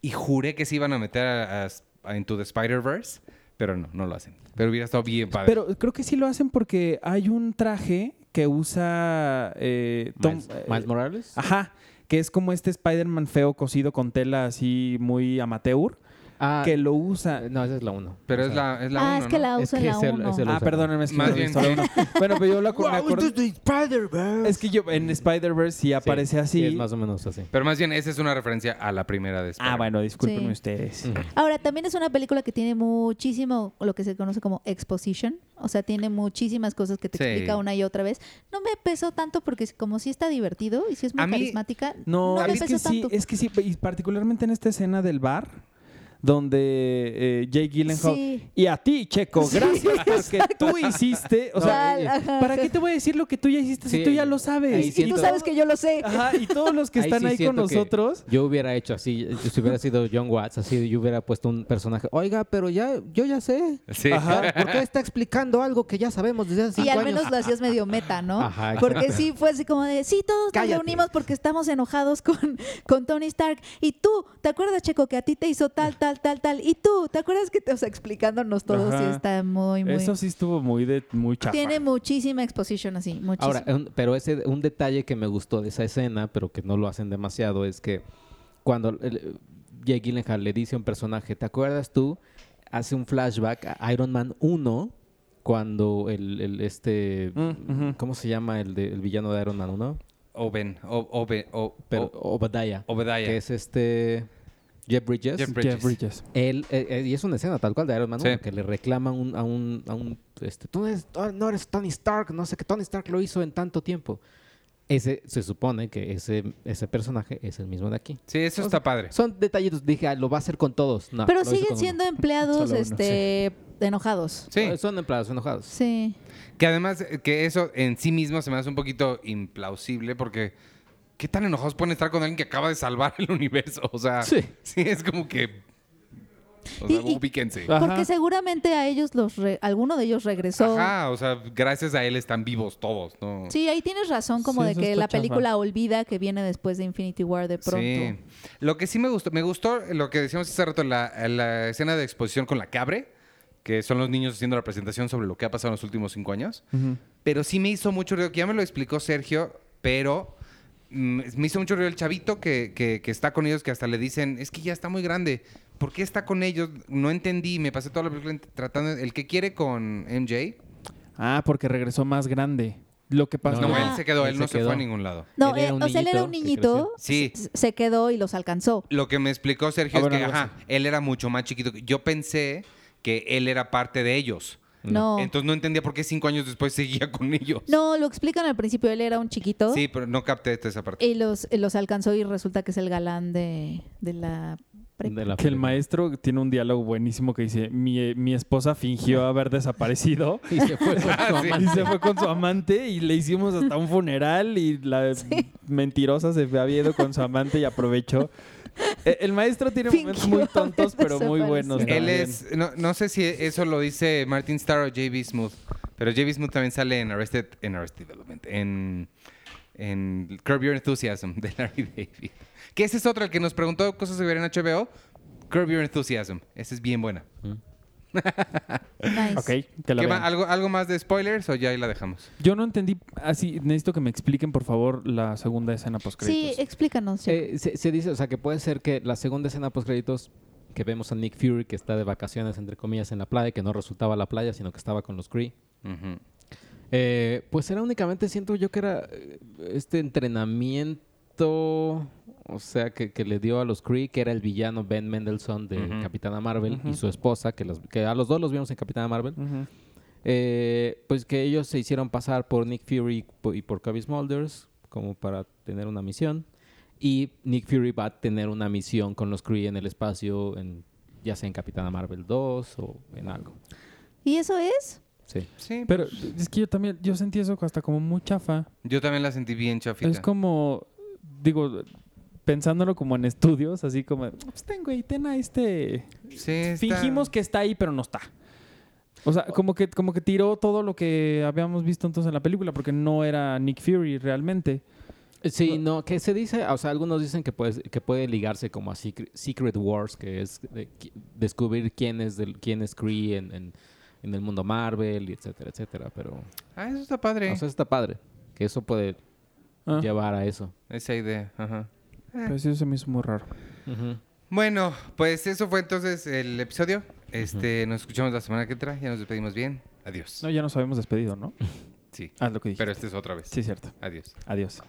B: y juré que se iban a meter a, a- a Into the Spider-Verse, pero no, no lo hacen. Pero hubiera estado bien padre.
C: Pero creo que sí lo hacen porque hay un traje que usa eh, Tom-
D: Miles,
C: eh,
D: Miles Morales.
C: Ajá. Que es como este Spider-Man feo cosido con tela así muy amateur.
D: Ah,
C: que lo usa.
D: no, esa es la uno.
B: Pero
D: O
B: es
D: sea,
B: la, es la
A: ah,
B: uno,
A: es que
B: ¿no?
A: la
D: Es
A: usan
D: que
A: la
D: es el-
A: uno.
D: es el-
C: Ah, perdónenme, es que
B: Más
C: no lo he
B: bien
C: visto aún. Bueno, pero yo la me acordé-
E: Spider-Man.
C: Es que yo en Spider-Verse sí aparece
D: sí,
C: así.
D: sí, es más o menos así.
B: Pero más bien, esa es una referencia a la primera
C: Ah,
B: de Spider-Man.
C: bueno, discúlpenme
A: Sí.
C: ustedes.
D: Ujú.
A: Ahora, también es una película que tiene muchísimo lo que se conoce como exposition. O sea, tiene muchísimas cosas que te
B: Sí.
A: explica una y otra vez. No me pesó tanto porque como sí está divertido y sí es muy
B: A mí-
A: carismática,
C: No,
A: no me
C: es que
A: pesó
C: sí,
A: tanto.
C: es que sí, y particularmente en esta escena del bar, donde eh, Jake Gyllenhaal...
A: Sí.
C: Y a ti, Checo, gracias porque tú hiciste... O sea,
A: Tal, ajá,
C: ¿para qué
A: ajá.
C: te voy a decir lo que tú ya hiciste si
D: Sí.
C: tú ya lo sabes?
D: Ahí
A: Y
D: siento-
A: tú sabes que yo lo sé.
C: Ajá, y todos los que
D: Ahí
C: están
D: sí
C: ahí, con
D: siento que
C: nosotros...
D: Yo hubiera hecho así, si hubiera sido John Watts, así yo hubiera puesto un personaje. Oiga, pero ya, yo ya sé.
B: Sí.
D: Ajá, ¿Por qué está explicando algo que ya sabemos desde hace
A: Y
D: cinco
A: al
D: años?
A: menos lo hacías medio meta, ¿no?
D: Ajá,
A: porque sí fue así como de, sí, todos
D: Cállate.
A: nos reunimos porque estamos enojados con, con Tony Stark. Y tú, ¿te acuerdas, Checo, que a ti te hizo tal, tal, tal, tal? Y tú, ¿te acuerdas que te, o sea, explicándonos todo? Sí,
C: Ajá.
A: está muy, muy...
C: Eso sí estuvo muy de muy chafa.
A: Tiene muchísima exposición así, muchísima.
D: Ahora, un- pero ese un detalle que me gustó de esa escena, pero que no lo hacen demasiado, es que cuando el- Jake Gyllenhaal le dice a un personaje, ¿te acuerdas tú? Hace un flashback a Iron Man 1 cuando el, el- este
C: Mm, ujú.
D: ¿cómo se llama el, de- el villano de Iron Man 1?
B: Oben, o- Obe- o-
D: Pero
B: o-
D: Obadiah,
B: Obadiah.
D: que es este Jeff Bridges.
B: Ah, Jeff
C: Jeff Bridges.
D: Él, eh, eh, y es una escena tal cual de Iron Man
B: Sí.
D: 1, que le reclama un- a un, a un, este, tú no eres, tú no eres Tony Stark, no sé que Tony Stark lo hizo en tanto tiempo. Ese, se supone que ese, ese personaje es el mismo de aquí.
B: Sí, eso
D: O
B: está
D: sea,
B: padre.
D: Son detallitos, dije, "Ah, lo va a hacer con todos. No,
A: Pero
D: lo hizo
A: siguen
D: con
A: siendo empleados
C: Solo uno,
A: este enojados.
D: uno.
B: Sí.
D: Eh, Son empleados enojados.
A: Sí.
B: Que además, eh, que eso en sí mismo se me hace un poquito implausible porque ¿qué tan enojados pueden estar con alguien que acaba de salvar el universo? O sea, sí,
D: Sí.
B: es como que... O
A: Y- Ah,
B: sea,
A: y-
B: ubíquense.
C: Ajá.
A: Porque seguramente a ellos los re- alguno de ellos regresó.
B: Ajá, o sea, gracias a él están vivos todos, ¿no?
A: Sí, ahí tienes razón como
C: Sí,
A: de
C: eso
A: que
C: está
A: la
C: chafa.
A: película olvida que viene después de Infinity War de pronto.
B: Sí. Lo que sí me gustó, me gustó lo que decíamos hace rato, la, la escena de exposición con la cabre, que son los niños haciendo la presentación sobre lo que ha pasado en los últimos cinco años.
C: Ujú.
B: Pero sí me hizo mucho ruido, que ya me lo explicó Sergio, pero mm, me hizo mucho ruido el chavito que, que- que está con ellos, que hasta le dicen, es que ya está muy grande, ¿por qué está con ellos? No entendí, me pasé toda la película ent- tratando, el que quiere con MJ,
C: Ah, porque regresó más grande. Lo que pasa
B: no,
A: Ah.
B: él se quedó, él,
D: Él
B: no
D: se
B: se
D: quedó.
B: fue a ningún lado.
A: No,
D: Él era
A: eh,
D: un
A: o sea, él era un
D: niñito que
A: niñito,
B: creció. Sí.
A: s- se quedó y los alcanzó.
B: Lo que me explicó Sergio
C: Ah, bueno,
B: es que,
C: algo
B: ajá, él era mucho más chiquito. que- Yo pensé que él era parte de ellos.
A: No.
B: Entonces no entendía por qué cinco años después seguía con ellos.
A: No, lo explican al principio, él era un chiquito
B: Sí, pero no capté esta- esa parte.
A: y los, y los alcanzó y resulta que es el galán de, de la prepa.
D: De la
C: Que el
D: película.
C: maestro tiene un diálogo buenísimo que dice, mi, eh, mi esposa fingió haber desaparecido
D: Y se fue con su
B: Ah, sí.
C: y
D: amante.
C: se fue con su amante y le hicimos hasta un funeral y la mentirosa se fue- había ido con su amante y aprovechó. E- El maestro tiene momentos
A: Fingió
C: muy tontos,
A: haber
C: pero muy buenos.
A: desaparecido.
B: Él
C: también.
B: es, no, no sé si eso lo dice Martin Starr o J.B. Smooth, pero J.B. Smooth también sale en Arrested, en Arrested Development, en, en Curb Your Enthusiasm de Larry David. Que ese es otro, el que nos preguntó cosas que ver en HBO, Curb Your Enthusiasm. Esa es bien buena.
A: Nice.
C: Ok, que la
B: ¿Qué
C: vean.
B: más? ¿Algo, ¿Algo más de spoilers o ya ahí la dejamos?
C: Yo no entendí, así necesito que me expliquen por favor la segunda escena post
A: Sí, explícanos. Checo.
D: Eh, se, se dice, o sea, que puede ser que la segunda escena post créditos que vemos a Nick Fury que está de vacaciones entre comillas en la playa, que no resultaba la playa, sino que estaba con los Kree.
B: Ujú.
D: Eh, pues era únicamente, siento yo que era eh, este entrenamiento, o sea, que, que le dio a los Kree, que era el villano Ben Mendelssohn de
B: Ujú.
D: Capitana Marvel y
C: Ujú.
D: su esposa, que, los- que a los dos los vimos en Capitana Marvel. Eh, pues que ellos se hicieron pasar por Nick Fury po- y por Cubby Smulders como para tener una misión. Y Nick Fury va a tener una misión con los Kree en el espacio, en, ya sea en Capitana Marvel 2 o en algo.
A: ¿Y eso es?
D: Sí.
B: Sí,
C: Pero es que yo también, yo sentí eso hasta como muy chafa.
B: Yo también la sentí bien chafita.
C: Es como, digo, pensándolo como en estudios, así como, pues ten, güey, ten a este...
B: Sí, está-
C: Fingimos que está ahí, pero no está. O sea, como que, como que tiró todo lo que habíamos visto entonces en la película, porque no era Nick Fury realmente.
D: Sí, no, que se dice, o sea, algunos dicen que puede, que puede ligarse como a Secret, Secret Wars, que es de qui- descubrir quién es, del, quién es Kree en, en- en el mundo Marvel, y etcétera, etcétera. Pero,
B: Ah, eso está padre.
D: o sea, está padre, que eso puede
C: Ah,
D: llevar a eso.
B: Esa idea. Ajá.
C: pero sí, eso se me hizo muy raro.
D: Ujú.
B: Bueno, pues eso fue entonces el episodio. Este, nos escuchamos la semana que entra. Ya nos despedimos bien. Adiós.
C: No, ya nos habíamos despedido, ¿no?
B: Sí.
C: Haz lo que dije.
B: Pero este es otra vez.
C: Sí, cierto.
B: Adiós.
C: Adiós.